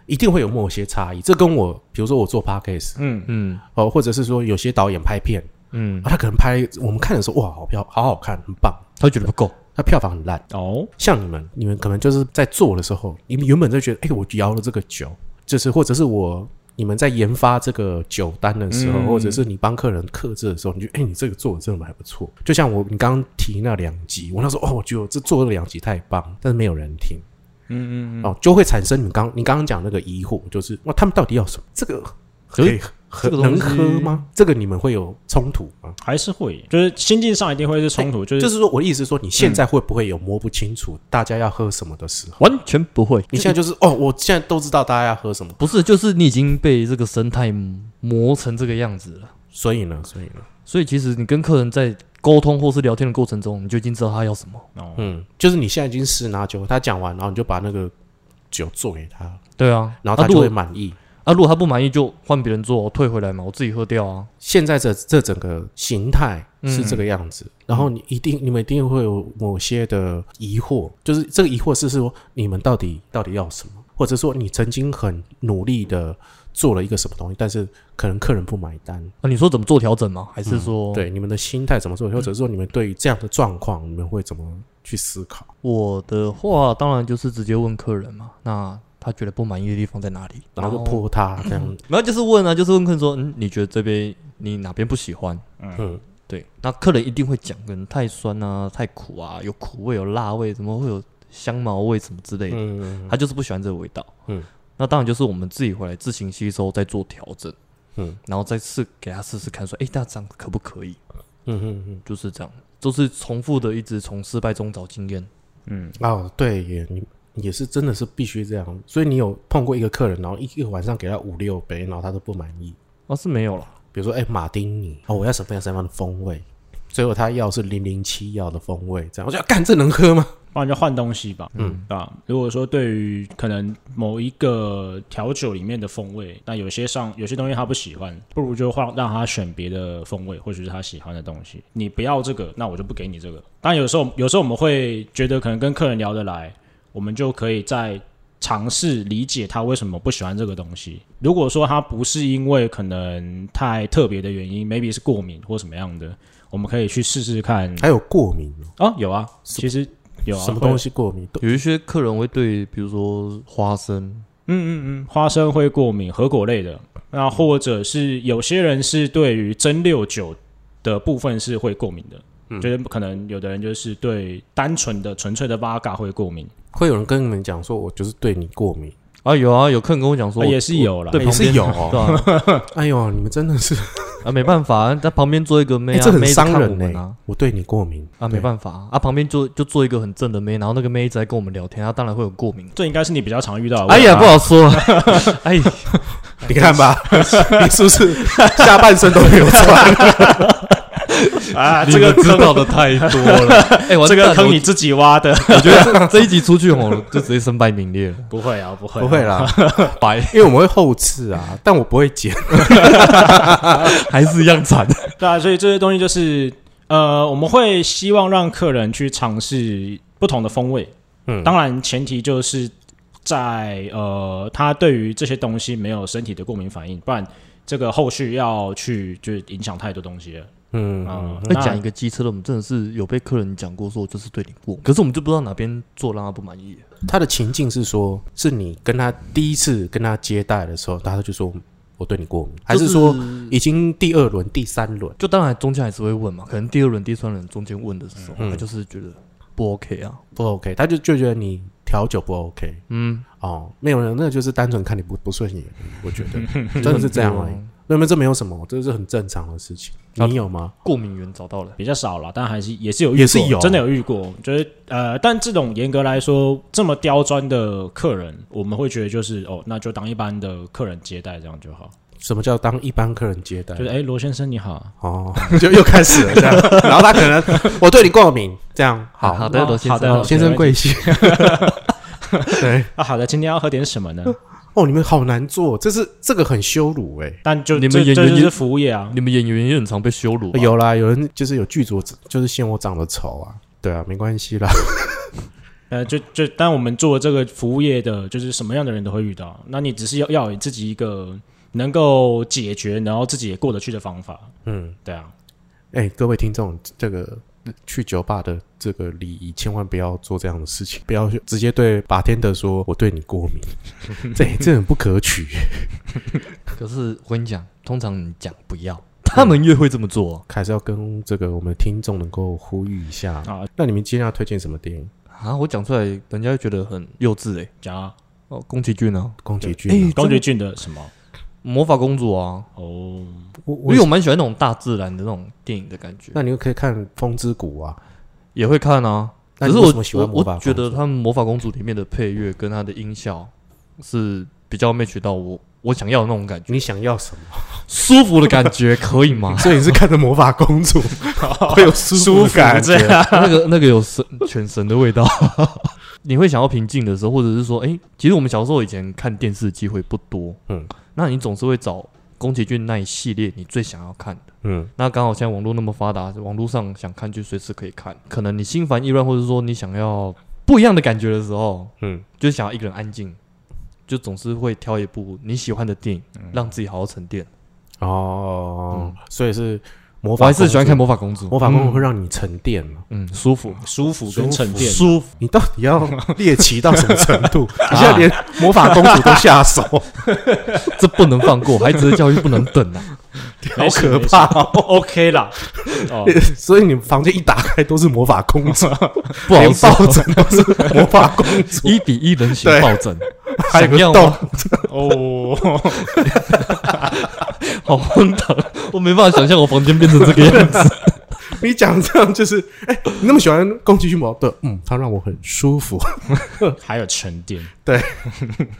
[SPEAKER 2] 一定会有某些差异。这跟我，比如说我做 podcast
[SPEAKER 1] 嗯，
[SPEAKER 3] 嗯
[SPEAKER 2] 哦，或者是说有些导演拍片，
[SPEAKER 3] 嗯
[SPEAKER 2] 啊、，他可能拍我们看的时候，哇，好票，好好看，很棒，
[SPEAKER 3] 他觉得不够，
[SPEAKER 2] 他票房很烂。
[SPEAKER 1] 哦，
[SPEAKER 2] 像你们，你们可能就是在做的时候，你们原本就觉得，哎、我摇了这个酒，就是或者是我。你们在研发这个酒单的时候，
[SPEAKER 1] 嗯
[SPEAKER 2] 或者是你帮客人克制的时候，你就哎、你这个做的真的还不错。就像我你刚刚提那两集，我那时候哦，我觉得我这做的两集太棒，但是没有人听。
[SPEAKER 1] 嗯嗯
[SPEAKER 2] 哦，就会产生你刚你刚刚讲那个疑惑，就是哇，他们到底要什么？这个可以喝
[SPEAKER 3] 这个东
[SPEAKER 2] 能
[SPEAKER 3] 西
[SPEAKER 2] 喝吗？这个你们会有冲突吗？
[SPEAKER 1] 还是会，就是心境上一定会是冲突，就是
[SPEAKER 2] 就是说我的意思是说，你现在会不会有摸不清楚大家要喝什么的时候？
[SPEAKER 3] 完全不会。
[SPEAKER 2] 你现在就是哦，我现在都知道大家要喝什么，
[SPEAKER 3] 不是，就是你已经被这个生态磨成这个样子了。
[SPEAKER 2] 所以呢，所以呢，
[SPEAKER 3] 所以其实你跟客人在沟通或是聊天的过程中，你就已经知道他要什么。
[SPEAKER 1] 哦，
[SPEAKER 2] 嗯，就是你现在已经十拿九，他讲完，然后你就把那个酒做给他，
[SPEAKER 3] 对啊，
[SPEAKER 2] 然后
[SPEAKER 3] 啊
[SPEAKER 2] 他
[SPEAKER 3] 如
[SPEAKER 2] 就会
[SPEAKER 3] 果
[SPEAKER 2] 满意。
[SPEAKER 3] 啊，如果他不满意，就换别人做，我退回来嘛，我自己喝掉啊。
[SPEAKER 2] 现在这这整个形态是这个样子，然后你一定你们一定会有某些的疑惑，就是这个疑惑是说你们到底到底要什么，或者说你曾经很努力的做了一个什么东西，但是可能客人不买单。
[SPEAKER 3] 啊，你说怎么做调整吗？还是说，，
[SPEAKER 2] 嗯对你们的心态怎么做，或者说你们对于这样的状况，你们会怎么去思考？
[SPEAKER 3] 我的话当然就是直接问客人嘛，那他觉得不满意的地方在哪里？
[SPEAKER 2] 然后就泼他这样，
[SPEAKER 3] 没有，就是问啊，就是问客人说，嗯，你觉得这边你哪边不喜欢？
[SPEAKER 2] 嗯，
[SPEAKER 3] 对，那客人一定会讲，可能太酸啊，太苦啊，有苦味，有辣味，怎么会有香茅味什么之类的，
[SPEAKER 2] 嗯
[SPEAKER 3] 他就是不喜欢这个味道。
[SPEAKER 2] 嗯，
[SPEAKER 3] 那当然就是我们自己回来自行吸收，再做调整，
[SPEAKER 2] 嗯
[SPEAKER 3] 然后再试给他试试看，说，哎，那这样可不可以？
[SPEAKER 2] 嗯嗯
[SPEAKER 3] 就是这样，就是重复的一直从失败中找经验。
[SPEAKER 1] 嗯，
[SPEAKER 2] 嗯，哦，对耶，你也是真的是必须这样。所以你有碰过一个客人，然后一一个晚上给他五六杯，然后他都不满意。
[SPEAKER 3] 啊，是没有了。
[SPEAKER 2] 比如说，哎，马丁尼，哦，我要什么样什么样的风味？最后他要是零零七要的风味，这样我就要啊干这能喝吗？
[SPEAKER 1] 不然就换东西吧，嗯，对吧？如果说对于可能某一个调酒里面的风味，那有些上有些东西他不喜欢，不如就换让他选别的风味，或许是他喜欢的东西。你不要这个，那我就不给你这个。当然有时候有时候我们会觉得可能跟客人聊得来，我们就可以在。尝试理解他为什么不喜欢这个东西。如果说他不是因为可能太特别的原因，maybe 是过敏或什么样的，我们可以去试试看。
[SPEAKER 2] 还有过敏哦，
[SPEAKER 1] 啊，有啊，其实有啊，
[SPEAKER 2] 什么
[SPEAKER 1] 会
[SPEAKER 2] 东西过敏？都
[SPEAKER 3] 有一些客人会对，比如说花生，
[SPEAKER 1] 嗯嗯嗯，花生会过敏，核果类的。那或者是有些人是对于蒸馏酒的部分是会过敏的，就是可能有的人就是对单纯的纯粹的 v o d a 会过敏，
[SPEAKER 2] 会有人跟你们讲说，我就是对你过敏。
[SPEAKER 3] 啊，有啊，有客人跟我讲说，
[SPEAKER 1] 啊也是有
[SPEAKER 3] 了，
[SPEAKER 1] 啦
[SPEAKER 3] 对，
[SPEAKER 2] 也
[SPEAKER 3] 旁
[SPEAKER 2] 是
[SPEAKER 3] 边
[SPEAKER 2] 有哦
[SPEAKER 3] 对啊，
[SPEAKER 2] 哎呦，你们真的是，
[SPEAKER 3] 啊，没办
[SPEAKER 2] *laughs*
[SPEAKER 3] 法，在旁边做一个妹
[SPEAKER 2] 哎，
[SPEAKER 3] 啊，
[SPEAKER 2] 这很
[SPEAKER 3] 妹子
[SPEAKER 2] 伤
[SPEAKER 3] 看我
[SPEAKER 2] 人
[SPEAKER 3] 们
[SPEAKER 2] 呢
[SPEAKER 3] 啊。。
[SPEAKER 2] 我对你过敏
[SPEAKER 3] 啊，没
[SPEAKER 2] 法。
[SPEAKER 3] 办法啊，啊旁边就就做一个很正的妹，然后那个妹一直在跟我们聊天，她当然会有过敏。
[SPEAKER 1] 这应该是你比较常遇到的问
[SPEAKER 3] 哎
[SPEAKER 1] 题啊。
[SPEAKER 3] 呀，不好说， *laughs* 哎，
[SPEAKER 2] 你看吧， *laughs* 你是不是下半身都流汗？
[SPEAKER 1] 啊，
[SPEAKER 3] 你
[SPEAKER 1] 这个
[SPEAKER 3] 们知
[SPEAKER 1] 坑
[SPEAKER 3] 道的太多了。
[SPEAKER 1] *laughs*
[SPEAKER 3] 哎，我
[SPEAKER 1] 这个坑你自己挖的，
[SPEAKER 3] 我觉得这这一集出去吼，就直接身败名
[SPEAKER 2] *laughs*
[SPEAKER 3] 裂了，
[SPEAKER 1] *laughs* 不会啊，不会、
[SPEAKER 2] 不会，啦， *laughs*
[SPEAKER 3] 白
[SPEAKER 2] 因为我们会后置 *laughs* 啊，但我不会剪。
[SPEAKER 3] 还是一样惨。
[SPEAKER 1] 对啊，所以这些东西就是呃，我们会希望让客人去尝试不同的风味，
[SPEAKER 2] 嗯，
[SPEAKER 1] 当然前提就是在呃，他对于这些东西没有身体的过敏反应，不然这个后续要去就是影响太多东西了。
[SPEAKER 2] 嗯
[SPEAKER 1] 啊
[SPEAKER 2] 嗯
[SPEAKER 3] 再哎讲一个机车的，我们真的是有被客人讲过说，就是对你过敏，可是我们就不知道哪边做让他不满意。
[SPEAKER 2] 他的情境是说，是你跟他第一次跟他接待的时候，他就说我对你过敏，还是说已经第二轮、第三轮？
[SPEAKER 3] 就当然中间还是会问嘛，可能第二轮、第三轮中间问的时候，他就是觉得不 OK 啊，
[SPEAKER 2] 不 OK，他就就觉得你调酒不 OK
[SPEAKER 3] 嗯，
[SPEAKER 2] 哦，没有人，那就是单纯看你不不顺眼，我 *laughs* 觉得真的是这样而已。那么这没有什么，这是很正常的事情。
[SPEAKER 3] 啊
[SPEAKER 2] 你有吗？
[SPEAKER 3] 过敏源找到了，
[SPEAKER 1] 比较少了，但还是也是有遇过，
[SPEAKER 2] 也是有
[SPEAKER 1] 真的有遇过，就是呃，但这种严格来说，这么刁钻的客人，我们会觉得就是哦，那就当一般的客人接待这样就好，
[SPEAKER 2] 什么叫当一般客人接待？
[SPEAKER 1] 就是哎，罗先生你好， *laughs*
[SPEAKER 2] 哦，就又开始了这样。然后他可能我对你过敏，这样好，
[SPEAKER 3] 好的，
[SPEAKER 1] 哦
[SPEAKER 3] 罗先
[SPEAKER 1] 好的
[SPEAKER 3] 生，
[SPEAKER 1] 好
[SPEAKER 2] 先生贵姓？对，
[SPEAKER 1] 啊好的，今天要喝点什么呢？
[SPEAKER 2] 哦，你们好难做，这是这个很羞辱哎、
[SPEAKER 1] 但就
[SPEAKER 3] 你们
[SPEAKER 1] 这
[SPEAKER 3] 演
[SPEAKER 1] 这
[SPEAKER 3] 员
[SPEAKER 1] 就是
[SPEAKER 3] 也
[SPEAKER 1] 服务业啊，
[SPEAKER 3] 你们演员也很常被羞辱吧，
[SPEAKER 2] 有啦，有人就是有剧组，就是嫌我长得丑啊。对啊，没关系
[SPEAKER 3] *laughs*
[SPEAKER 2] 啦。
[SPEAKER 1] 呃，就就，但我们做这个服务业的，就是什么样的人都会遇到。那你只是要要有自己一个能够解决，然后自己也过得去的方法。
[SPEAKER 2] 嗯，
[SPEAKER 1] 对啊，
[SPEAKER 2] 哎、各位听众，这个去酒吧的这个礼仪，千万不要做这样的事情，不要直接对把天的说我对你过敏，
[SPEAKER 3] *laughs*
[SPEAKER 2] 这这很不可取。
[SPEAKER 3] 可是我跟你讲，通常你讲不要，他们越会这么做啊
[SPEAKER 2] 还是要跟这个我们听众能够呼吁一下
[SPEAKER 1] 啊
[SPEAKER 2] 那你们今天要推荐什么电影？
[SPEAKER 3] 啊！我讲出来，人家会觉得很幼稚哎。
[SPEAKER 1] 讲啊，
[SPEAKER 3] 哦，宫崎骏啊，
[SPEAKER 2] 宫崎骏啊、
[SPEAKER 3] 哎，
[SPEAKER 1] 宫
[SPEAKER 3] 真
[SPEAKER 1] 崎
[SPEAKER 3] 的
[SPEAKER 1] 骏的什么？
[SPEAKER 3] 魔法公主啊，
[SPEAKER 1] 哦，
[SPEAKER 3] 因
[SPEAKER 2] 我我
[SPEAKER 3] 为我蛮喜欢那种大自然的那种电影的感觉，
[SPEAKER 2] 那你又可以看《风之谷》啊。
[SPEAKER 3] 也会看啊。
[SPEAKER 2] 那
[SPEAKER 3] 可
[SPEAKER 2] 你
[SPEAKER 3] 是
[SPEAKER 2] 为
[SPEAKER 3] 我
[SPEAKER 2] 什么喜欢魔
[SPEAKER 3] 我
[SPEAKER 2] 法
[SPEAKER 3] 我
[SPEAKER 2] 公
[SPEAKER 3] 觉得
[SPEAKER 2] 主
[SPEAKER 3] 他们魔法公主里面的配乐跟它的音效是比较 match 到我我想要的那种感觉，
[SPEAKER 2] 你想要什么？
[SPEAKER 3] 舒服的感觉可以 *laughs* 吗？
[SPEAKER 2] 所以你是看着魔法公
[SPEAKER 3] *laughs*
[SPEAKER 2] 主会有舒服感
[SPEAKER 1] 这
[SPEAKER 2] 觉？
[SPEAKER 1] 样
[SPEAKER 3] 那个那个有神犬神的味道， *laughs* 你会想要平静的时候，或者是说，哎、其实我们小时候以前看电视机会不多，
[SPEAKER 2] 嗯
[SPEAKER 3] 嗯，那你总是会找宫崎骏那一系列你最想要看的。
[SPEAKER 2] 嗯
[SPEAKER 3] 那刚好现在网络那么发达，网络上想看就随时可以看。可能你心烦意乱，或者说你想要不一样的感觉的时候，
[SPEAKER 2] 嗯，
[SPEAKER 3] 就是想要一个人安静，就总是会挑一部你喜欢的电影，让自己好好沉淀。
[SPEAKER 2] 哦，所以是魔
[SPEAKER 3] 我
[SPEAKER 2] 法公
[SPEAKER 3] 还
[SPEAKER 2] 主，
[SPEAKER 3] 是喜欢看《嗯魔法公主》，
[SPEAKER 2] 魔法公主会让你沉淀嘛？
[SPEAKER 3] 嗯，舒服，
[SPEAKER 1] 舒服跟沉淀。
[SPEAKER 3] 舒服。
[SPEAKER 2] 你到底要猎奇到什么程
[SPEAKER 3] *laughs*
[SPEAKER 2] 度？
[SPEAKER 3] 啊
[SPEAKER 2] 你现在连魔法公主都下手，
[SPEAKER 3] 这不能放过，孩子的教育不能等啊！
[SPEAKER 2] 好可怕哦！
[SPEAKER 1] OK 啦，哦，
[SPEAKER 2] *laughs* 所以你们房间一打开都是魔法公
[SPEAKER 3] *laughs*
[SPEAKER 2] 主，
[SPEAKER 3] 不好
[SPEAKER 2] 连
[SPEAKER 3] 说，
[SPEAKER 2] 抱枕都是魔法公
[SPEAKER 3] *laughs*
[SPEAKER 2] 主，
[SPEAKER 3] 一比一人形
[SPEAKER 2] 对
[SPEAKER 3] 抱
[SPEAKER 2] *laughs*
[SPEAKER 3] 枕，
[SPEAKER 2] 还有个
[SPEAKER 3] 想要
[SPEAKER 2] 洞
[SPEAKER 3] 吗，
[SPEAKER 1] 哦，
[SPEAKER 3] *laughs* 好荒唐！我没办法想象我房间变成这个样子。 *laughs*
[SPEAKER 2] 你讲这样就是，哎、你那么喜欢宫崎骏吗？对，嗯，他让我很舒服。
[SPEAKER 1] 还有沉淀，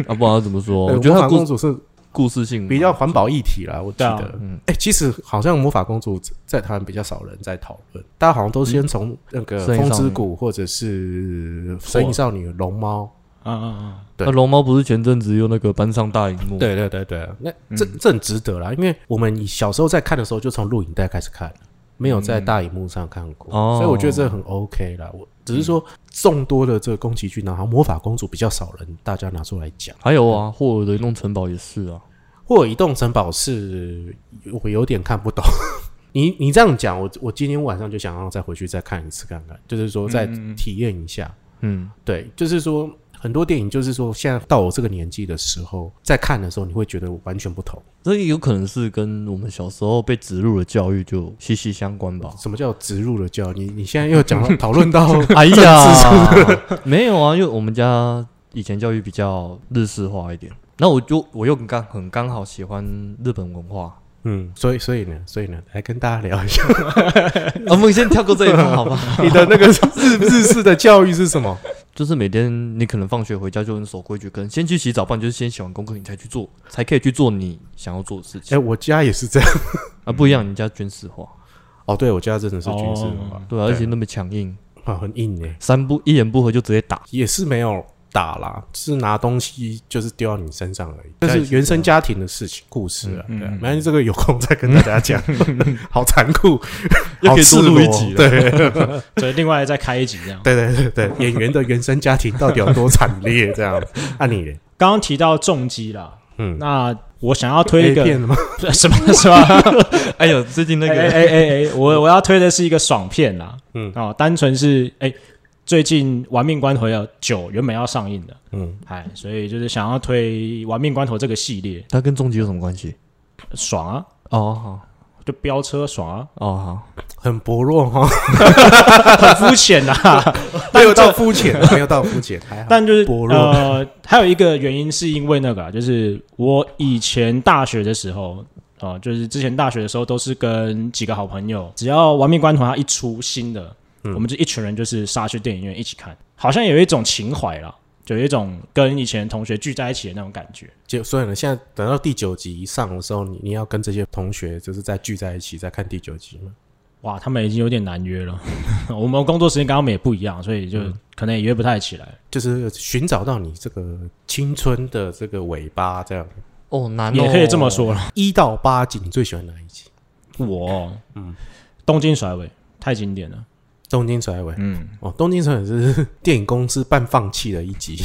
[SPEAKER 3] 啊，不然要怎么说？
[SPEAKER 2] 对
[SPEAKER 3] 我觉得它
[SPEAKER 2] 魔法
[SPEAKER 3] 的故
[SPEAKER 2] 公
[SPEAKER 3] 事
[SPEAKER 2] 主是
[SPEAKER 3] 故事性
[SPEAKER 2] 嗯比较环保议题啦，我记
[SPEAKER 1] 对啊
[SPEAKER 2] 得。
[SPEAKER 3] 嗯
[SPEAKER 2] 哎、其实好像魔法公主在台湾比较少人在讨论，大家好像都先从那个
[SPEAKER 3] 圣
[SPEAKER 2] 《
[SPEAKER 3] 衣
[SPEAKER 2] 风
[SPEAKER 3] 少
[SPEAKER 2] 之
[SPEAKER 3] 女
[SPEAKER 2] 谷》或者是《神隐少女》《龙猫》。
[SPEAKER 1] 嗯嗯嗯，
[SPEAKER 2] 对
[SPEAKER 3] 那龙猫不是前阵子用那个搬上大荧幕？，
[SPEAKER 2] 对对对对，那这这很值得啦，因为我们小时候在看的时候就从录影带开始看了，没有在大荧幕上看过，
[SPEAKER 3] 嗯哦
[SPEAKER 2] 所以我觉得这很 OK 啦。我只是说众多的这个宫崎骏啊，好像魔法公主比较少人大家拿出来讲，
[SPEAKER 3] 还有啊，霍尔的移动城堡也是啊。
[SPEAKER 2] 或者移动城堡是我有点看不懂。 *laughs* 你你这样讲，我我今天晚上就想要再回去再看一次看看，就是说再体验一下。
[SPEAKER 3] 嗯，
[SPEAKER 2] 对，就是说很多电影，就是说现在到我这个年纪的时候，在看的时候，你会觉得完全不同。
[SPEAKER 3] 这也有可能是跟我们小时候被植入的教育就息息相关
[SPEAKER 2] *laughs*
[SPEAKER 3] 吧。
[SPEAKER 2] 什么叫植入了教？你你现在又讲到讨论 *laughs* 到
[SPEAKER 3] 哎
[SPEAKER 2] 政治，
[SPEAKER 3] 没有啊，因为我们家以前教育比较日式化一点，那我就我又刚很刚好喜欢日本文化。
[SPEAKER 2] 嗯，所以所以呢，所以呢，来跟大家聊一
[SPEAKER 3] *laughs*
[SPEAKER 2] 下
[SPEAKER 3] 啊我们先跳过这一趴，好吧？
[SPEAKER 2] 你的那个日日式的教育是什么？
[SPEAKER 3] *laughs* 就是每天你可能放学回家就很守规矩，可能先去洗澡，不然就是先写完功课你才去做，才可以去做你想要做的事
[SPEAKER 2] *laughs* 哎、
[SPEAKER 3] 情、
[SPEAKER 2] 我家也是这样。
[SPEAKER 3] 啊，不一样，你家军事化，
[SPEAKER 2] 哦，对，我家真的是军事文化，
[SPEAKER 3] 对啊，而且那么强硬，
[SPEAKER 2] 啊，很硬诶、
[SPEAKER 3] 三不一言不合就直接打，
[SPEAKER 2] 也是没有打啦，是拿东西就是丢到你身上而已。这
[SPEAKER 3] 对
[SPEAKER 2] 是原生家庭的事情故事啊，
[SPEAKER 1] 嗯
[SPEAKER 2] 对啊
[SPEAKER 1] 嗯嗯，
[SPEAKER 2] 反正这个有空再跟大家讲，好残酷，
[SPEAKER 3] 又
[SPEAKER 2] 好
[SPEAKER 3] 可以多
[SPEAKER 2] 赤
[SPEAKER 3] 录
[SPEAKER 2] 裸
[SPEAKER 3] 一集了
[SPEAKER 2] 对
[SPEAKER 1] 所以另外再开一集这样。
[SPEAKER 2] 对对对对，演员的原生家庭到底有多惨烈？这样，按、你嘞，
[SPEAKER 1] 刚刚提到重击啦，
[SPEAKER 2] 嗯，
[SPEAKER 1] 那我想要推
[SPEAKER 2] A
[SPEAKER 1] 一个
[SPEAKER 2] 片吗？
[SPEAKER 1] *laughs* 什么什么？
[SPEAKER 3] *laughs* 哎呦，最近那
[SPEAKER 1] 哎
[SPEAKER 3] 个、
[SPEAKER 1] 哎哎哎哎，我我要推的是一个爽片啦，
[SPEAKER 2] 嗯
[SPEAKER 1] 嗯哦，单纯是哎，最近《玩命关头》要九原本要上映的，
[SPEAKER 2] 嗯，
[SPEAKER 1] 哎，所以就是想要推《玩命关头》这个系列，
[SPEAKER 3] 它跟终极有什么关系？
[SPEAKER 1] 爽啊，
[SPEAKER 3] 哦好，
[SPEAKER 1] 就飙车爽啊，
[SPEAKER 3] 哦好，
[SPEAKER 2] 很薄弱哈，
[SPEAKER 1] 很肤浅啊呐，
[SPEAKER 2] 没有到肤浅， *laughs* 没有到肤浅，还好。
[SPEAKER 1] 但就是
[SPEAKER 2] 薄弱
[SPEAKER 1] 呃， *laughs* 还有一个原因是因为那个啊，就是我以前大学的时候。啊、就是之前大学的时候，都是跟几个好朋友，只要《亡命关头》它一出新的，
[SPEAKER 2] 嗯
[SPEAKER 1] 我们就一群人就是杀去电影院一起看，好像有一种情怀啦，就有一种跟以前同学聚在一起的那种感觉。
[SPEAKER 2] 就所以呢，现在等到第九集上的时候，你你要跟这些同学就是再聚在一起再看第九集吗？
[SPEAKER 1] 哇，他们已经有点难约了， *laughs* 我们工作时间跟他们也不一样，所以就
[SPEAKER 2] 嗯
[SPEAKER 1] 可能也约不太起来。
[SPEAKER 2] 就是寻找到你这个青春的这个尾巴，这样
[SPEAKER 3] 哦
[SPEAKER 2] 啊
[SPEAKER 3] 难哦，
[SPEAKER 1] 也可以这么，说了，
[SPEAKER 2] 一到八集，你最喜欢哪一集？
[SPEAKER 1] 我，嗯，东京甩尾太经典了，
[SPEAKER 2] 东京甩尾
[SPEAKER 1] 嗯，
[SPEAKER 2] 哦，东京甩尾是 *laughs* 电影公司半放弃的一集，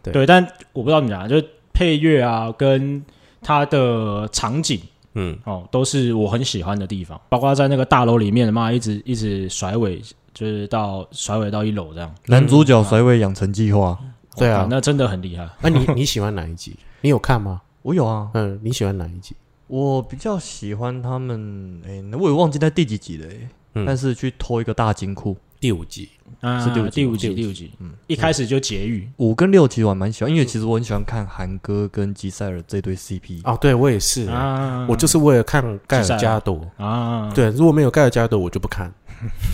[SPEAKER 2] 对
[SPEAKER 1] 对，但我不知道你讲，就是配乐啊，跟它的场景
[SPEAKER 2] 嗯，
[SPEAKER 1] 哦，都是我很喜欢的地方，包括在那个大楼里面嘛，一直一直甩尾，就是到甩尾到一楼这样。
[SPEAKER 3] 男主角甩尾养成计划，
[SPEAKER 2] 对啊
[SPEAKER 1] 哇那真的很厉害。
[SPEAKER 2] 那、你你喜欢哪一集？你有看吗？
[SPEAKER 3] 我有啊，
[SPEAKER 2] 嗯，你喜欢哪一集？
[SPEAKER 3] 我比较喜欢他们，哎、那我也忘记在第几集了、哎、
[SPEAKER 2] 嗯
[SPEAKER 3] 但是去偷一个大金库，
[SPEAKER 2] 第五集，
[SPEAKER 1] 啊，
[SPEAKER 3] 是第五集
[SPEAKER 1] 第五
[SPEAKER 3] 吗
[SPEAKER 1] 集，
[SPEAKER 3] 第
[SPEAKER 1] 第
[SPEAKER 3] 五
[SPEAKER 1] 五集，嗯，一开始就劫狱，
[SPEAKER 3] 五跟六其实我还蛮喜欢，因为其实我很喜欢看韩哥跟吉赛尔这对 CP，、
[SPEAKER 2] 哦，对我也是、
[SPEAKER 1] 啊，
[SPEAKER 2] 我就是为了看盖尔加朵。
[SPEAKER 1] 啊，
[SPEAKER 2] 对，如果没有盖尔加朵，我就不看。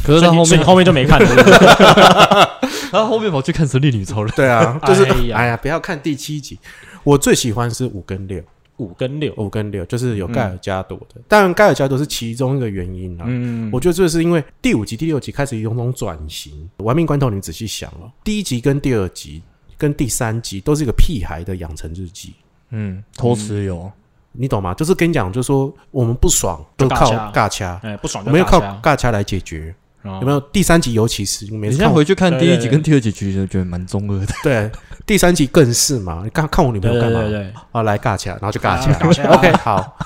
[SPEAKER 3] 可是
[SPEAKER 1] 所以
[SPEAKER 3] 他
[SPEAKER 1] 你
[SPEAKER 3] 后
[SPEAKER 1] 所以你
[SPEAKER 3] 面
[SPEAKER 1] 后面
[SPEAKER 2] *laughs*
[SPEAKER 1] 就没看了，对不对
[SPEAKER 3] *laughs* 他后面跑去看神力女超人，
[SPEAKER 2] 对啊， *laughs* 就是
[SPEAKER 1] 哎呀
[SPEAKER 2] 哎呀，不要看第七集。我最喜欢是五跟六，
[SPEAKER 1] 五跟六，
[SPEAKER 2] 五跟六就是
[SPEAKER 1] 嗯
[SPEAKER 2] 有盖尔加朵的。当然，盖尔加朵是其中一个原因啦。
[SPEAKER 1] 嗯，
[SPEAKER 2] 我觉得这是因为第五集、第六集开始有种转型。玩命关头，你仔细想哦，第一集跟第二集跟第三集都是一个屁孩的养成日记。
[SPEAKER 3] 嗯，偷石油，
[SPEAKER 2] 你懂吗？就是跟你讲，就是说我们不爽
[SPEAKER 1] 就
[SPEAKER 2] 都
[SPEAKER 1] 尬
[SPEAKER 2] 靠
[SPEAKER 1] 掐
[SPEAKER 2] 尬掐，
[SPEAKER 1] 哎不爽
[SPEAKER 2] 我
[SPEAKER 1] 就
[SPEAKER 2] 们要
[SPEAKER 1] 打
[SPEAKER 2] 靠
[SPEAKER 1] 架哦
[SPEAKER 2] 尬掐来解决。
[SPEAKER 1] 有
[SPEAKER 2] 有没有？第三集尤其是你每
[SPEAKER 1] *laughs*
[SPEAKER 3] 你现
[SPEAKER 2] 次
[SPEAKER 3] 在
[SPEAKER 2] 看我
[SPEAKER 3] 回去看第一集
[SPEAKER 1] 对对对
[SPEAKER 3] 跟第二集，其实觉得蛮中二的。
[SPEAKER 2] 对第三集更是嘛，你看看我女朋
[SPEAKER 1] 对
[SPEAKER 2] 友干
[SPEAKER 1] 对
[SPEAKER 2] 嘛
[SPEAKER 1] 对对，
[SPEAKER 2] 啊？来尬起来，然后就尬起
[SPEAKER 1] 啊尬起
[SPEAKER 2] 来。*laughs*
[SPEAKER 1] 来
[SPEAKER 2] OK，好。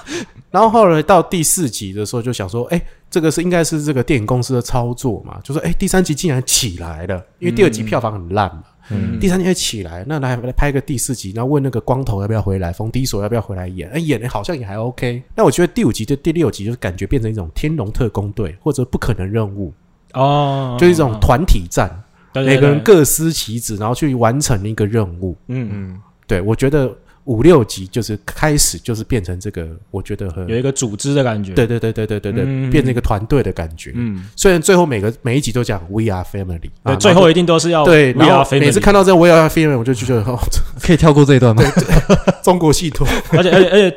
[SPEAKER 2] 然后后来到第四集的时候，就想说，哎，这个是应该是这个电影公司的操作嘛？就说，哎，第三集竟然起来了，因为第二集票房很烂嘛。
[SPEAKER 1] 嗯，
[SPEAKER 2] 第三天起来，那来来拍个第四集，然后问那个光头要不要回来，冯迪索要不要回来演？哎、演的好像也还 OK。那我觉得第五集就第六集就是感觉变成一种天龙特工队或者不可能任务，
[SPEAKER 1] 哦，
[SPEAKER 2] 就是一种团体战，
[SPEAKER 1] 对
[SPEAKER 2] 每个人，各司其职，然后去完成一个任务。
[SPEAKER 1] 对对嗯，
[SPEAKER 3] 嗯，
[SPEAKER 2] 对我觉得五六集就是开始就是变成这个，我觉得很
[SPEAKER 1] 有一个组织的感觉，
[SPEAKER 2] 对，对对对对对对，
[SPEAKER 1] 嗯
[SPEAKER 2] 变成一个团队的感觉。
[SPEAKER 1] 嗯，
[SPEAKER 2] 虽然最后每个每一集都讲 “We are family”，啊
[SPEAKER 1] 对，最后一定都是要
[SPEAKER 2] 对，
[SPEAKER 1] We
[SPEAKER 2] 然
[SPEAKER 1] are
[SPEAKER 2] 后每次
[SPEAKER 1] family，
[SPEAKER 2] 看到这 “We are family”，我就觉得哦， *laughs*
[SPEAKER 3] 可以跳过这一段吗？
[SPEAKER 2] 中国系统。
[SPEAKER 1] 而且而且而且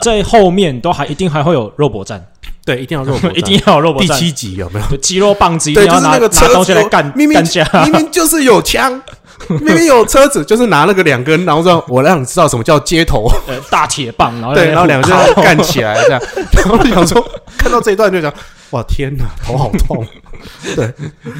[SPEAKER 1] 在后面都还一定还会有肉搏战，
[SPEAKER 2] 对，一定要肉搏战
[SPEAKER 1] *laughs* 一定要有肉搏
[SPEAKER 2] 第
[SPEAKER 1] 战，
[SPEAKER 2] 七集有没有？
[SPEAKER 1] 就肌肉棒子一定
[SPEAKER 2] 对，就
[SPEAKER 1] 要
[SPEAKER 2] 是
[SPEAKER 1] 拿
[SPEAKER 2] 那个车
[SPEAKER 1] 拿
[SPEAKER 2] 子
[SPEAKER 1] 东西来
[SPEAKER 2] 有
[SPEAKER 1] 干
[SPEAKER 2] 明明
[SPEAKER 1] 干架，
[SPEAKER 2] 明明就是有枪，明明有车子，就是拿那个两根，然后让我让你知道什么叫街头，
[SPEAKER 1] 呃大铁棒，然后
[SPEAKER 2] 对，然后两个就
[SPEAKER 1] 靠
[SPEAKER 2] 干起来这样。 *laughs* 然后想说，看到这一段就想，哇天哪，头好
[SPEAKER 1] *laughs*
[SPEAKER 2] 痛。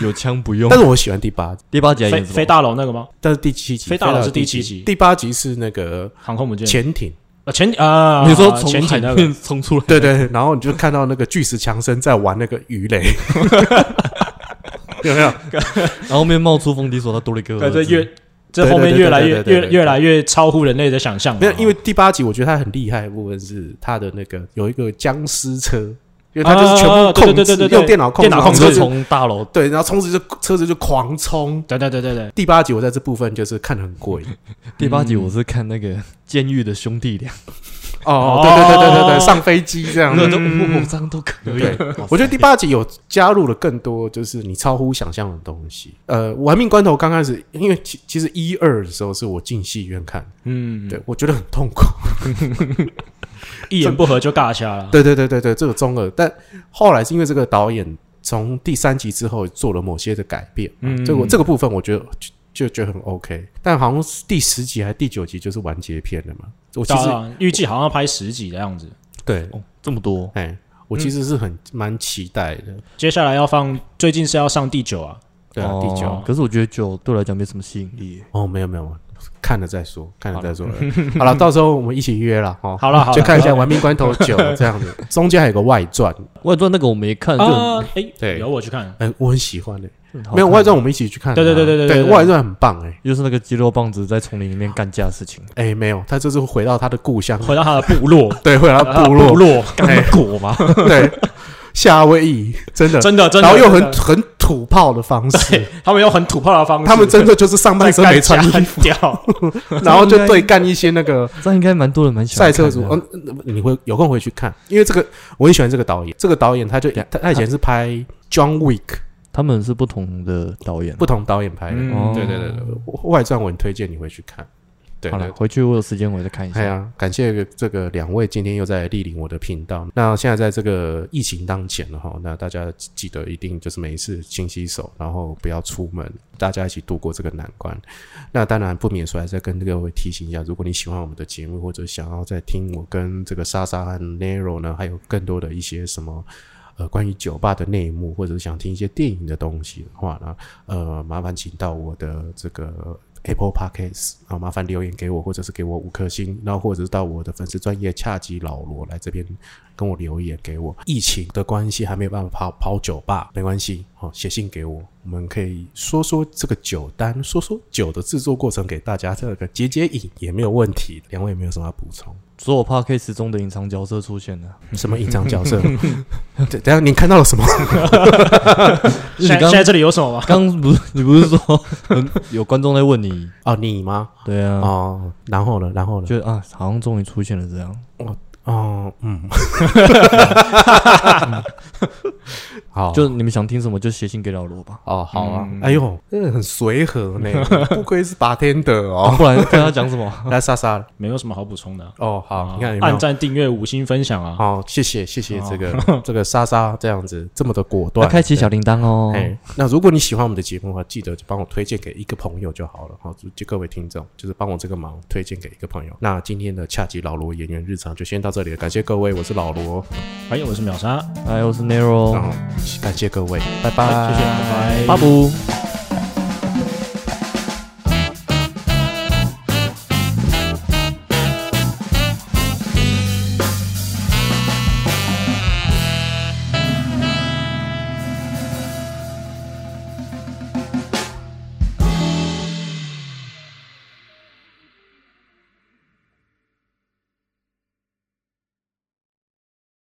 [SPEAKER 3] 有枪不用
[SPEAKER 2] 但。是我喜欢第八集，
[SPEAKER 3] *laughs* 第八集还
[SPEAKER 1] 飞
[SPEAKER 3] 演什
[SPEAKER 1] 飞
[SPEAKER 3] 么？
[SPEAKER 1] 大楼那个吗？
[SPEAKER 2] 但是第七集
[SPEAKER 1] 飞大佬是
[SPEAKER 2] 第
[SPEAKER 1] 第七集
[SPEAKER 2] 第八集是那个
[SPEAKER 1] 航空母舰
[SPEAKER 2] 潜艇，
[SPEAKER 1] 呃潜啊，
[SPEAKER 3] 你说
[SPEAKER 1] 潜
[SPEAKER 3] 从海
[SPEAKER 1] 艇那
[SPEAKER 3] 里
[SPEAKER 1] 个
[SPEAKER 3] 面冲出来？
[SPEAKER 2] 对对，然后你就看到那个巨石强森在玩那个鱼
[SPEAKER 1] *laughs*
[SPEAKER 2] 雷，有没有？
[SPEAKER 3] 然后后面冒出风笛手，他多了一个儿
[SPEAKER 1] 对，
[SPEAKER 3] 子。
[SPEAKER 1] 这越这后面
[SPEAKER 2] 对对对
[SPEAKER 1] 越来
[SPEAKER 2] 对
[SPEAKER 1] 越
[SPEAKER 2] 对对
[SPEAKER 1] 越
[SPEAKER 2] 对
[SPEAKER 1] 越来越超乎人类的想象了，
[SPEAKER 2] 没有，因
[SPEAKER 1] 为
[SPEAKER 2] 为第八集我觉得他很厉害的部分是他的那个有一个僵尸车，因为他就是全部
[SPEAKER 1] 啊对
[SPEAKER 2] 控制，
[SPEAKER 1] 对对对对
[SPEAKER 2] 用电脑控制，
[SPEAKER 1] 电脑
[SPEAKER 2] 然后
[SPEAKER 1] 控
[SPEAKER 2] 车
[SPEAKER 3] 就
[SPEAKER 1] 制
[SPEAKER 2] 子
[SPEAKER 3] 从大楼
[SPEAKER 2] 对，然后冲着就车子就狂冲。
[SPEAKER 1] 对对对对对，
[SPEAKER 2] 第八集我在这部分就是看得很过瘾。
[SPEAKER 3] *laughs* 第八集，我是看那个监狱的兄弟俩，
[SPEAKER 2] 哦
[SPEAKER 1] 哦
[SPEAKER 2] 对对对对对对，上飞机这样
[SPEAKER 3] 那。
[SPEAKER 1] 嗯
[SPEAKER 3] 都我这样都可以
[SPEAKER 2] 对。
[SPEAKER 3] 哇塞
[SPEAKER 2] 我觉得第八集有加入了更多，就是你超乎想象的东西。呃，《玩命关头》刚开始，因为其其实一二的时候是我进戏院看，
[SPEAKER 1] 嗯，
[SPEAKER 2] 对我觉得很痛苦。
[SPEAKER 1] 一言不合就尬掐了，
[SPEAKER 2] 对对对对对，这个中二。但后来是因为这个导演从第三集之后做了某些的改变，
[SPEAKER 1] 嗯
[SPEAKER 2] 这个这个部分我觉得就就觉得很 OK。但好像是第十集还是第九集就是完结篇了嘛。我其实
[SPEAKER 1] 当然预计好像要拍十集的样子，
[SPEAKER 2] 对，
[SPEAKER 3] 哦，这么多，
[SPEAKER 2] 哎，我其实是很蛮期待的。
[SPEAKER 1] 接下来要放最近是要上第九啊，
[SPEAKER 2] 对啊，
[SPEAKER 3] 哦
[SPEAKER 2] 第九
[SPEAKER 3] 可是我觉得九对我来讲没什么吸引力。
[SPEAKER 2] 哦，没有没有。看了再说，看了再说。好了，到时候我们一起约了哦。
[SPEAKER 1] 好了好了
[SPEAKER 2] 就看一下
[SPEAKER 1] 好
[SPEAKER 2] 《
[SPEAKER 1] 了
[SPEAKER 2] 玩命关头九》这样子，中间还有个外传，
[SPEAKER 3] 外传那个我没看，就
[SPEAKER 1] 啊
[SPEAKER 3] 很，
[SPEAKER 1] 哎，
[SPEAKER 2] 对
[SPEAKER 1] 有我去看，
[SPEAKER 2] 哎，我很喜欢的。
[SPEAKER 3] 很好看
[SPEAKER 2] 没有外传，我们一起去看啊。
[SPEAKER 1] 对对对对对
[SPEAKER 2] 对
[SPEAKER 1] 对对
[SPEAKER 2] 外传很棒哎。
[SPEAKER 3] 就是那个肌肉棒子在丛林里面干架的事情，
[SPEAKER 2] 哎，没有，他这次回到他的故乡，
[SPEAKER 1] 回到他的
[SPEAKER 2] *laughs*
[SPEAKER 1] 部落，
[SPEAKER 2] 对，回到部落，
[SPEAKER 1] 部落，
[SPEAKER 2] 哎
[SPEAKER 3] 果吗？
[SPEAKER 2] 对，夏威夷真的，
[SPEAKER 1] *laughs* 真的真的，
[SPEAKER 2] 然后又
[SPEAKER 1] 真
[SPEAKER 2] 很
[SPEAKER 1] 的
[SPEAKER 2] 很土炮的方式，
[SPEAKER 1] 他们用很土炮的方式，
[SPEAKER 2] 他们真的就是上半身没穿衣
[SPEAKER 1] 干架
[SPEAKER 2] *laughs*
[SPEAKER 1] 掉，
[SPEAKER 2] 服，然后就对干一些那个
[SPEAKER 3] 这样应该蛮多人蛮喜欢
[SPEAKER 2] 赛车
[SPEAKER 3] 看
[SPEAKER 2] 组
[SPEAKER 3] 的。
[SPEAKER 2] 嗯，嗯你会有空回去看，因为这个我很喜欢这个导演，这个导演他就
[SPEAKER 3] 对
[SPEAKER 2] 他他以前是拍 John Wick，
[SPEAKER 3] 他们是不同的导演。
[SPEAKER 2] 不同导演拍的，
[SPEAKER 1] 嗯
[SPEAKER 3] 哦
[SPEAKER 2] 对对对对，外传我很推荐你回去看，对
[SPEAKER 3] 好
[SPEAKER 2] 对
[SPEAKER 3] 了，。回去我有时间我再看一
[SPEAKER 2] 哎
[SPEAKER 3] 下。
[SPEAKER 2] 呀，感谢这个两位今天又在莅临我的频道。那现在在这个疫情当前了哈，那大家记得一定就是每一次勤洗手，然后不要出门，大家一起度过这个难关。那当然不免说还是要跟各位提醒一下，如果你喜欢我们的节目，或者想要再听我跟这个莎莎和 Nero 呢，还有更多的一些什么。呃，关于酒吧的内幕，或者是想听一些电影的东西的话呢，呃，麻烦请到我的这个 Apple Podcast 啊，麻烦留言给我，或者是给我五颗星，然后或者是到我的粉丝专业恰吉老罗来这边跟我留言给我。疫情的关系还没有办法跑跑酒吧，没关系，好、写信给我，我们可以说说这个酒单，说说酒的制作过程给大家，这个解解瘾也没有问题。两位有没有什么要补 *laughs* 充？
[SPEAKER 3] 所有 podcast 中的隐藏角色出现
[SPEAKER 2] *laughs*
[SPEAKER 3] 了，
[SPEAKER 2] 什么隐藏角色？对，等一下你看到了什么？
[SPEAKER 3] 你
[SPEAKER 1] 现在
[SPEAKER 3] 刚
[SPEAKER 1] 现在这里有什么吗？
[SPEAKER 3] 刚不是你不是说嗯有观众在问你？
[SPEAKER 2] *laughs* 哦，你吗？
[SPEAKER 3] 对啊，
[SPEAKER 2] 哦，然后呢？然后呢？
[SPEAKER 3] 就啊，好像终于出现了这样。
[SPEAKER 2] 哦，嗯，好，
[SPEAKER 3] 就你们想听什么就写信给老罗吧，
[SPEAKER 2] 哦，好啊，
[SPEAKER 1] 嗯
[SPEAKER 2] 哎呦，真的很随和呢，不愧是拔天的哦。
[SPEAKER 3] 不然跟他讲什
[SPEAKER 2] *laughs*
[SPEAKER 3] 么？
[SPEAKER 2] 来，莎莎，
[SPEAKER 1] 没有什么好补充的啊。
[SPEAKER 2] 哦，好，你看有没
[SPEAKER 1] 按
[SPEAKER 2] 有？
[SPEAKER 1] 赞、订阅、五星分享啊！
[SPEAKER 2] 好，谢谢，谢谢这个 *laughs* 这个莎莎这样子这么的果
[SPEAKER 3] 要
[SPEAKER 2] 断，
[SPEAKER 3] 开启小铃铛哦。
[SPEAKER 2] 哎，那如果你喜欢我们的节目的话，记得就帮我推荐给一个朋友就好了。好，就就各位听众，就是帮我这个忙推荐给一个朋友。那今天的恰吉老罗演员日常就先到这这里了，感谢各位，我是老罗，
[SPEAKER 1] 哎，我是秒杀，
[SPEAKER 3] 哎，我是 Nero，
[SPEAKER 2] 哦嗯，感谢各位。
[SPEAKER 3] 拜
[SPEAKER 1] 谢谢，拜
[SPEAKER 3] 拜，
[SPEAKER 1] 拜，
[SPEAKER 3] 巴布。